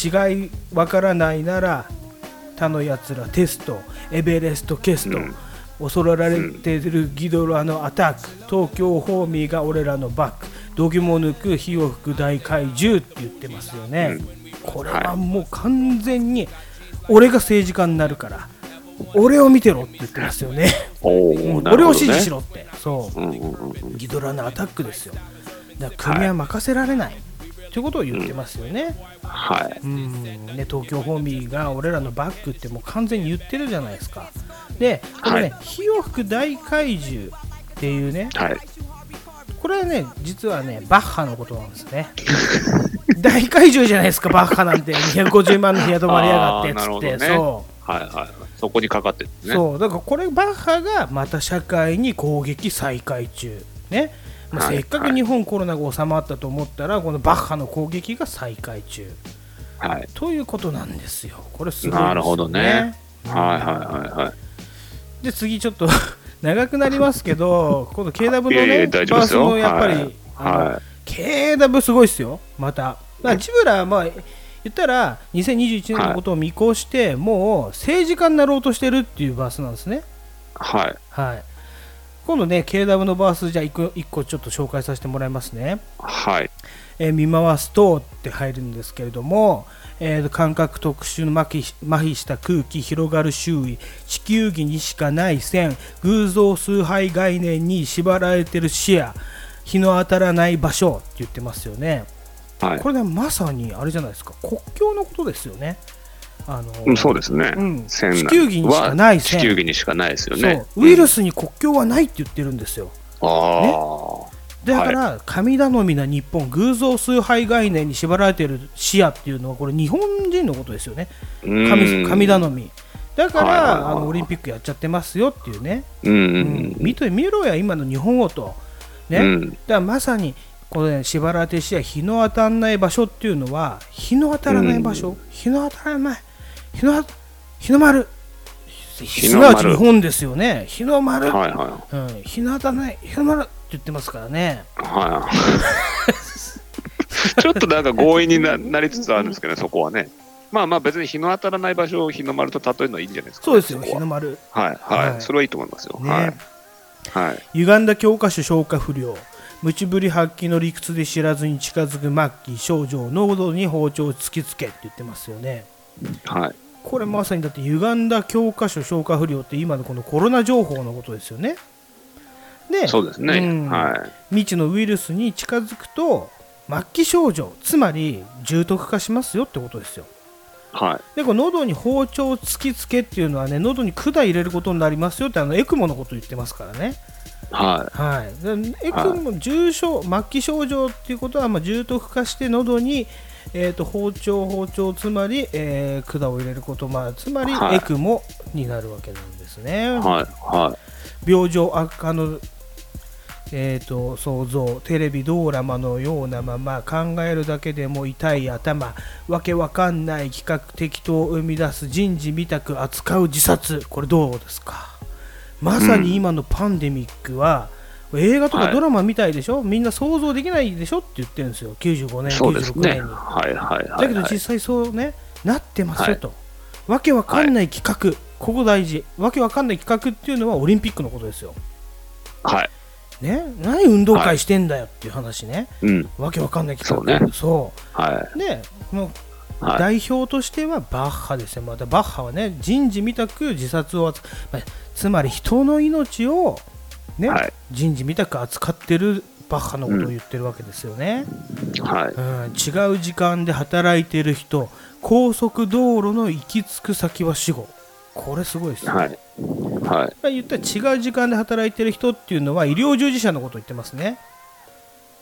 S2: 違いわからないなら他のやつらテストエベレストケスト、
S3: うん
S2: 恐れられてるギドラのアタック東京ホーミーが俺らのバック度肝を抜く火を吹く大怪獣って言ってますよね、これはもう完全に俺が政治家になるから俺を見てろって言ってますよね
S3: おお、
S2: もう
S3: なるほどね
S2: 俺を支持しろって、そう、
S3: うんうんうん
S2: ギドラのアタックですよ、だから国は任せられない、ということを言ってますよね、
S3: はい
S2: うんね東京ホーミーが俺らのバックってもう完全に言ってるじゃないですか、で、このね、
S3: は
S2: 火を吹く大怪獣っていうね、
S3: はい
S2: これはね、実はね、バッハのことなんですね。 大怪獣じゃないですか、バッハなんて、250万の部屋泊まりやがってっつ
S3: あーなる
S2: っ
S3: ほ
S2: て、
S3: どね
S2: そう。
S3: はいはいそこにかかってるね
S2: そうだからこれバッハがまた社会に攻撃再開中ねまあ、
S3: はい
S2: せっかく日本コロナが収まったと思ったら、このバッハの攻撃が再開中
S3: はい。
S2: ということなんですよ。これすごいですよ
S3: なるほどね。はいはいはいはい。
S2: で次ちょっと 長くなりますけど、今度 KW の
S3: いやい
S2: ね、
S3: や大丈夫ですよ
S2: バースもやっぱり、
S3: はい
S2: あの
S3: はい
S2: KW すごいですよ、また。まあ、ジブラはまあ言ったら2021年のことを見越して、もう政治家になろうとしてるっていうバースなんですね。
S3: はい。
S2: はい、今度ね、KW のバース、じゃあ一個一個ちょっと紹介させてもらいますね。
S3: はい。
S2: えー見回すとって入るんですけれども、えー感覚特殊の麻痺麻痺した空気広がる周囲地球儀にしかない線偶像崇拝概念に縛られてる視野日の当たらない場所って言ってますよね
S3: はい
S2: こ。れねまさにあれじゃないですか国境のことですよねあの
S3: うんそうですね。
S2: うん
S3: 線な
S2: 地球儀にしかない線
S3: は地球儀にしかないですよね。
S2: そうウイル
S3: ス。
S2: スに国境はないって言ってるんですよ
S3: あ
S2: だから、神頼みな日本偶像崇拝概念に縛られている視野っていうのはこれ日本人のことですよね
S3: あ。うん
S2: 神神頼みだから、
S3: はいはいはいはい
S2: あのオリンピックやっちゃってますよっていうね、
S3: うんう
S2: うん
S3: ん。
S2: 見てみろや今の日本をとね、
S3: うん
S2: だからまさにこの、ね、縛られて視野日の当たらない場所っていうのは日の当たらない場所、日の当たらない日の日の丸
S3: 日
S2: す
S3: の
S2: な
S3: 丸
S2: わち日本ですよね日の丸、
S3: はいは
S2: うん、日の当たらない日の丸って言ってますからね
S3: い。はい。ちょっとなんか強引にななりつつあるんですけどね、そこはね。まあまあ別に日の当たらない場所を日の丸と例えるのはいいんじゃないですか、
S2: そうですよ
S3: こは
S2: 日の丸
S3: はいはい、
S2: はい
S3: それはいいと思いますよ。
S2: ね
S3: はい。はい。
S2: 歪んだ教科書消化不良無知ぶり発揮の理屈で知らずに近づく末期少女喉に包丁を突きつけって言ってますよね
S3: はい。
S2: これまさにだって歪んだ教科書消化不良って今のこのコロナ情報のことですよねで
S3: そうですね。
S2: うん
S3: はい。
S2: 未知のウイルスに近づくと末期症状つまり重篤化しますよってことですよ
S3: はい。
S2: でこの喉に包丁を突きつけっていうのはね喉に管入れることになりますよってあのエクモのこと言ってますからね
S3: は
S2: はい、でエクも重症、末期症状っていうことは、まあ、重篤化して喉に、えー、と包丁、包丁つまり、えー管を入れること、まあ、つまり、
S3: はい
S2: エクモになるわけなんですね。
S3: い。はい。はい。
S2: 病状悪化の、えー、と想像テレビドラマのようなまま考えるだけでも痛い頭わけわかんない企画適当を生み出す人事みたく扱う自殺これどうですかまさに今のパンデミックは、映画とかドラマみたいでしょ、みんな想像できないでしょって言ってるんですよ95年
S3: そうです
S2: 96
S3: ね。
S2: 年に、
S3: はいはいは
S2: だ
S3: い、
S2: けど
S3: は
S2: 実
S3: い。
S2: 際そうね、なってますよと、わけわかんない企画、ここ大事わけわかんない企画っていうのはオリンピックのことですよ
S3: はい。
S2: ね、何運動会してんだよっていう話ね、
S3: うん。
S2: わけわかんない企
S3: そう
S2: 画
S3: ね
S2: そ
S3: は
S2: うでこの
S3: い。はい。
S2: 代表としてはバッハですね、またバッハはね人事みたく自殺を扱まあつまり人の命を、ね
S3: はい
S2: 人事みたく扱ってるバッハのことを言ってるわけですよね、
S3: はい。
S2: うん、違う時間で働いてる人高速道路の行き着く先は死後これすごいですよ、
S3: はい。はい。
S2: まあ言ったら違う時間で働いてる人っていうのは医療従事者のことを言ってますね。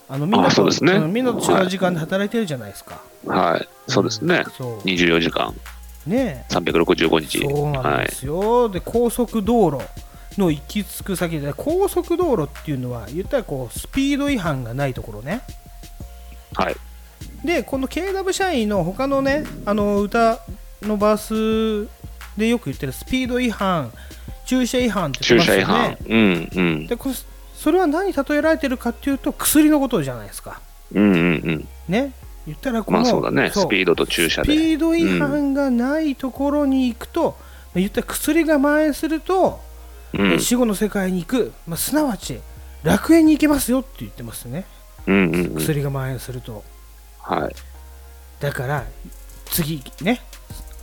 S2: あのみんな
S3: あそ
S2: と
S3: うですね
S2: うんみんなと違う時間で働いてるじゃないですか。
S3: はい。そうですね。
S2: そう
S3: 24時間、
S2: ね
S3: 365
S2: え
S3: 日。
S2: そうな
S3: は
S2: ん
S3: い
S2: で。すよ、で高速道路の行き着く先で高速道路っていうのは言ったらこうスピード違反がないところね。
S3: はい。
S2: でこの KW 社員の他のねあの歌のバースでよく言ってるスピード違反駐車違反って言
S3: 駐
S2: ってま
S3: 車
S2: す
S3: 違
S2: よね
S3: 反。。うんうん。
S2: でこれそれは何に例えられてるかっていうと薬のことじゃないですか
S3: うんうんうん。
S2: ね言ったらこの、
S3: まあそうだね。
S2: そう
S3: スピードと駐車
S2: スピ
S3: で。
S2: ード違反がないところに行くと、まあ言ったら薬が蔓延すると、
S3: うんうん
S2: 死後の世界に行く、まあ、すなわち楽園に行けますよって言ってますね
S3: うんうん。
S2: 薬が蔓延すると
S3: はい。
S2: だから次ね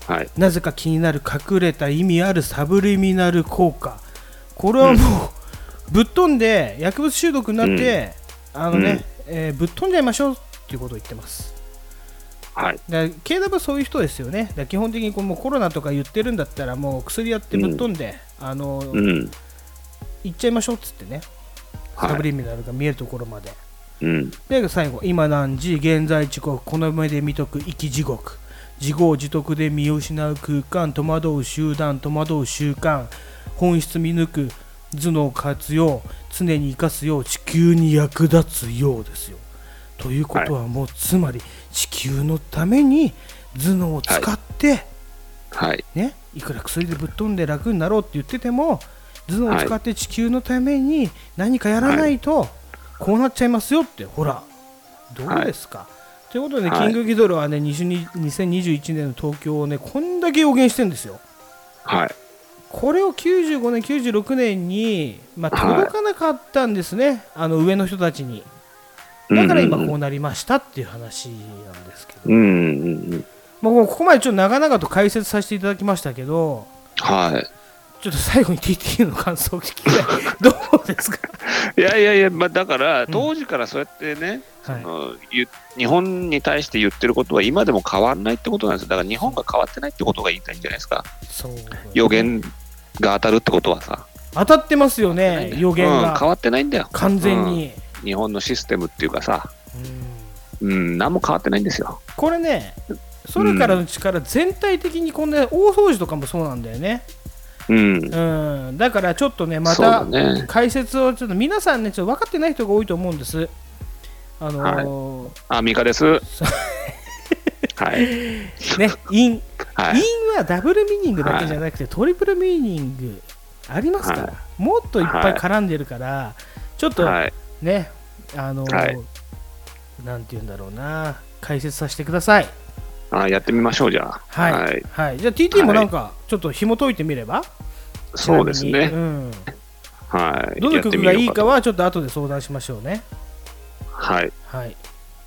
S3: はい。
S2: なぜか気になる隠れた意味あるサブリミナル効果これはもう、ぶっ飛んで薬物中毒になって、あのね、えーぶっ飛んじゃいましょうっていうことを言ってます
S3: はい。
S2: だから KW はそういう人ですよねだから基本的にこうもうコロナとか言ってるんだったらもう薬やってぶっ飛んで、あの
S3: うん。
S2: 行っちゃいましょうっつってねサブ
S3: は
S2: リミナルが見えるところまで、
S3: い。うん。
S2: で最後今何時現在時刻この目で見とく生き地獄自業自得で身を失う空間戸惑う集団戸惑う習慣本質見抜く頭脳活用常に生かすよう地球に役立つようですよということはもうつまり地球のために頭脳を使って、
S3: はい。
S2: ね、いくら薬でぶっ飛んで楽になろうって言ってても頭脳を使って地球のために何かやらないとこうなっちゃいますよってほらどうですか、ということで、ね
S3: はい
S2: キングギドラはね2020 2021年の東京をねこんだけ予言してるんですよ
S3: はい。
S2: これを95年96年に、まあ、
S3: はい
S2: 届かなかったんですね、あの上の人たちにだから今こう
S3: う。
S2: なりましたっていう話なんですけど、
S3: うんうんうんうん。
S2: まあもうここまでちょっと長々と解説させていただきましたけど
S3: は
S2: ちょっと最後に TTU の感想を聞きたい。どうですか
S3: い。いやいやいや、まあ、だから、当時からそうやってね、
S2: は
S3: あのゆ日本に対して言ってることは今でも変わんないってことなんですよ。だから日本が変わってないってことが言いたいんじゃないですか。
S2: い。そう。
S3: 予言が当たるってことはさ。
S2: 当たってますよね、予言
S3: うん、
S2: が。
S3: 変わってないんだよ。
S2: 完全に。
S3: うん。日本のシステムっていうかさ、
S2: うん
S3: うん、何も変わってないんですよ。
S2: これね、空からの力全体的にこんな大掃除とかもそうなんだよね。
S3: うん。
S2: うん。だからちょっとね、ま
S3: そうだ
S2: た
S3: ね。
S2: 解説をちょっと皆さんね、ちょっと分かってない人が多いと思うんです。あのー
S3: あ、ミカです。はい。
S2: ね、イン。
S3: はい。
S2: 因はダブルミーニングだけじゃなくて、トリプルミーニングありますから、
S3: はい
S2: もっといっぱい絡んでるから、ちょっと
S3: はい。
S2: ね、あのー
S3: はい
S2: なんて言うんだろうな、解説させてください。
S3: あ、やってみましょう、じゃあ。
S2: はい。はい。じゃあ TT もなんか、ちょっと紐解いてみれば、
S3: そうです
S2: ちなみ
S3: ね
S2: に。うん。
S3: はい。
S2: どの
S3: やって
S2: 曲
S3: み
S2: が
S3: よう
S2: いいか
S3: と。
S2: は、ちょっと後で相談しましょうね。
S3: はい。
S2: はい。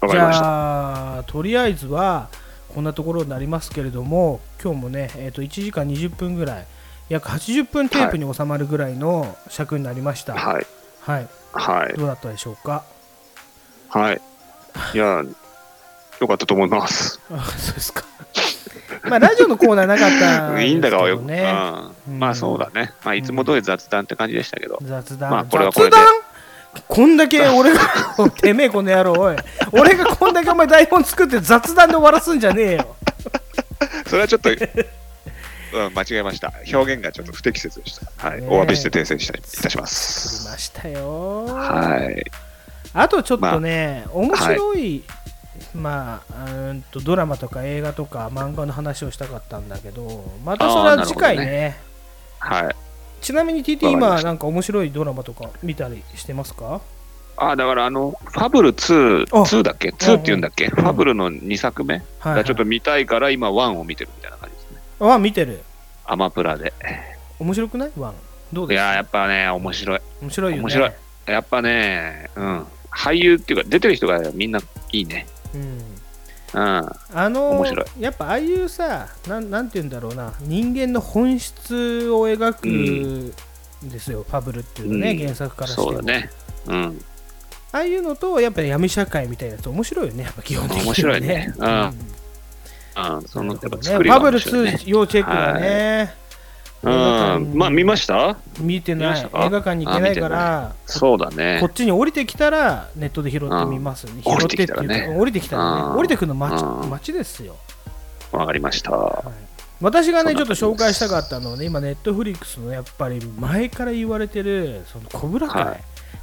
S3: わか
S2: じ
S3: りました。
S2: ゃあ、とりあえずは、こんなところになりますけれども、今日もね、えっと1時間20分ぐらい、約80分テープに収まるぐらいの尺になりました。はい。
S3: はい。はい。
S2: どうだったでしょうか。
S3: はい。いや、よかったと思います。
S2: あそうですか。まあ、ラジオのコーナーなかったですけど、ね。
S3: いいんだがよく、
S2: う
S3: う
S2: ん
S3: ん。まあそうだね。まあいつも通り雑談って感じでしたけど。
S2: 雑談、
S3: まあこれはこ
S2: 雑
S3: れで
S2: 談こんだけ俺がおいてめえこの野郎おい俺がこんだけお前台本作って雑談で終わらすんじゃねえよ
S3: それはちょ っと、うん、間違えました。表現がちょっと不適切でした。はい。
S2: ねえ
S3: お詫びして訂正したいいたしま。
S2: 作りますしたよ、
S3: はい。
S2: あとちょっとね、面白い、まあうーんとドラマとか映画とか漫画の話をしたかったんだけどまたそれ
S3: あー
S2: は
S3: なる
S2: 次
S3: ほどね
S2: 回ね
S3: はい。
S2: ちなみに TT
S3: わかりま
S2: 今
S3: した
S2: なんか面白いドラマとか見たりしてますか
S3: あ、だからあの、ファブル2、
S2: あ
S3: 2だっけ ?2 って言うんだっけファブルの2作目
S2: はい、は
S3: が
S2: い、
S3: ちょっと見たいから今1を見てるみたいな感じですね。
S2: あ見てる
S3: アマプラで。
S2: 面白くないワンどう
S3: い
S2: です
S3: や
S2: か
S3: ーやっぱね、面白い。
S2: 面白いよね
S3: 面白いやっぱね、うん。俳優っていうか、出てる人がみんないいね。
S2: うん
S3: うん。
S2: あの
S3: 面白い
S2: やっぱああいうさなんなんて言うんだろうな人間の本質を描くんですよ、ファブルっていうのね、
S3: うん
S2: 原作からしても
S3: そうだね。うん。
S2: ああいうのとやっぱり闇社会みたいなやつ面白いよねやっぱ基本的に、ね、
S3: 面白いねうん
S2: う
S3: うん。その、やっぱ
S2: ん
S3: 作り
S2: ファ
S3: が
S2: ブル
S3: 面白いね。
S2: 2要チェックだね、
S3: うん。まあ、見ました
S2: 見て
S3: 見
S2: な
S3: ま
S2: い
S3: し
S2: 映
S3: た
S2: 画
S3: か
S2: 館に行けないから
S3: そうだね
S2: こ。っちに降りてきたらネットで拾ってみます、ね、
S3: 降
S2: 拾
S3: り
S2: ってて
S3: き
S2: って
S3: た
S2: い
S3: ら
S2: う
S3: ね
S2: か降りてきたら
S3: う
S2: ね
S3: ん
S2: 降りてくの街
S3: うん
S2: 街ですよ
S3: わかりました。
S2: 私がねち
S3: そ
S2: ょっ
S3: う
S2: と
S3: な
S2: 紹介
S3: んです
S2: したかったのはね今ネットフリックスのやっぱり前から言われてるそのコブラ会、
S3: はい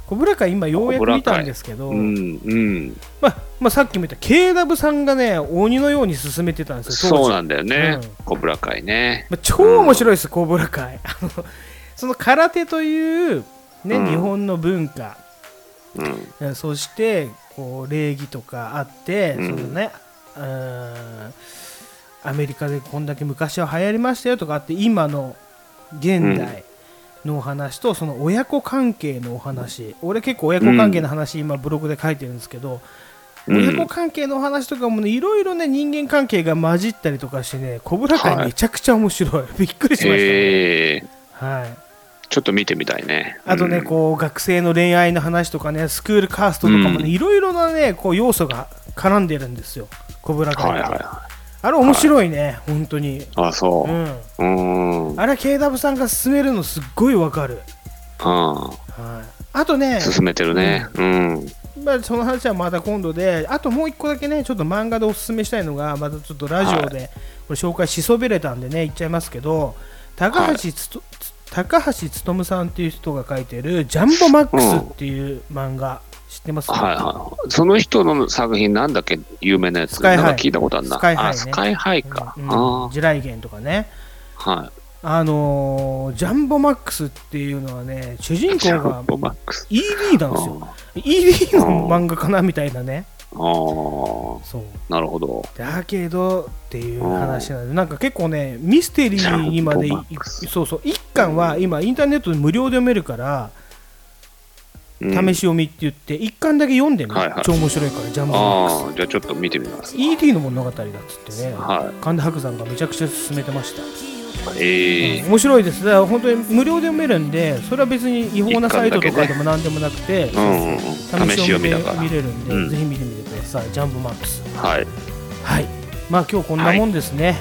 S2: コブラ会今ようや
S3: コブ
S2: く
S3: ラ会
S2: 見たんですけど、
S3: うん、うん。
S2: まあまあ、さっきも言った KW さんがね鬼のように進めてたんですよ当時
S3: そうなんだよね
S2: うん。
S3: コブラ会ね。
S2: まあ、超面白いです、コブラ会あのその空手という、ね
S3: うん
S2: 日本の文化
S3: うん。
S2: えーそしてこう礼儀とかあって、
S3: うん
S2: そのねうーんアメリカでこんだけ昔は流行りましたよとかあって今の現代のお話とその親子関係のお話、俺結構親子関係の話、今ブログで書いてるんですけど、
S3: うん
S2: 親子関係のお話とかもねいろいろね人間関係が混じったりとかしてね小ブラ会
S3: はい
S2: めちゃくちゃ面白い、びっくりしました、ね
S3: へえ。
S2: はい、
S3: ちょっと見てみたいね。
S2: あとね、
S3: うん
S2: こう学生の恋愛の話とかね、スクールカーストとかも
S3: う
S2: ね、
S3: ん
S2: いろいろなね、こう要素が絡んでるんですよ、コブラ会
S3: はい
S2: って
S3: はいは
S2: あれ面白いね、本当に。
S3: い。あ、そうう。
S2: ん。
S3: うん。うん。
S2: あれ、KW さんが進めるのすっごいわかる。はい。あとね、
S3: 進めてるね。うん。
S2: まあ、その話はまた今度で、あともう一個だけね、ちょっと漫画でおすすめしたいのが、またちょっとラジオでこれ紹介しそびれたんでね、言っちゃいますけど、高橋つと、つ高橋勉さんっていう人が書いてる「ジャンボマックス」っていう漫画、知ってます
S3: はいはい。その人の作品なんだっけ有名なやつ。
S2: スカイハイ
S3: なんか聞いたことあるな。
S2: スカイハイね
S3: あ、スカイハイか。
S2: うんうん
S3: あ
S2: 地雷原とかね
S3: あ、は
S2: あのージャンボマックスっていうのはね主人
S3: い。
S2: 公
S3: ジャ
S2: が
S3: ンボマックス。
S2: ED なんですよ ED の漫画かなみたいなね
S3: あー
S2: そう
S3: なるほど。
S2: だけどっていう話なんで、なんか結構ね、ミステリーにまでい
S3: ジャンボマックス
S2: そうそう、一巻は今、インターネットで無料で読めるから、
S3: うん
S2: 試し読みって言って、一巻だけ読んでみ、
S3: はいはい
S2: 超面白いから、ジャンボマッ
S3: ああ、じゃあちょっと見てみます
S2: クス。。ET の物語だっつってね、
S3: は
S2: 神田伯山がめちゃくちゃ勧めてました。
S3: い。ええ
S2: 面白いです、だから本当に無料で読めるんで、それは別に違法なサイトとかでもなんでもなくて、
S3: うんうんうん。試し
S2: 試し読
S3: 読み
S2: みで
S3: だから
S2: 見。れるんで、
S3: うん
S2: ぜひ見てみてください、ジャンボマックス。
S3: はい。
S2: はい、まあ今日こんなもんですね。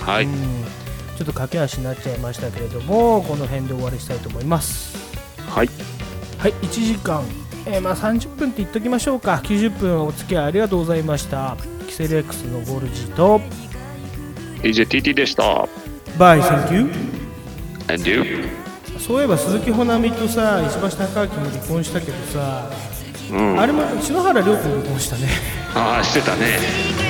S3: は
S2: う
S3: い。
S2: んちょっと駆け足になっちゃいましたけれどもこの辺で終わりしたいと思います
S3: はい。
S2: はい1時間、えーまあ、30分って言っときましょうか90分お付き合いありがとうございましたキセル X のゴルジーと
S3: AJTT でした。
S2: バイセンキュー
S3: And you?
S2: そういえば鈴木保奈美とさ石橋貴明も離婚したけどさ、
S3: うん。
S2: あれも篠原涼子も離婚したね
S3: ああ、してたね。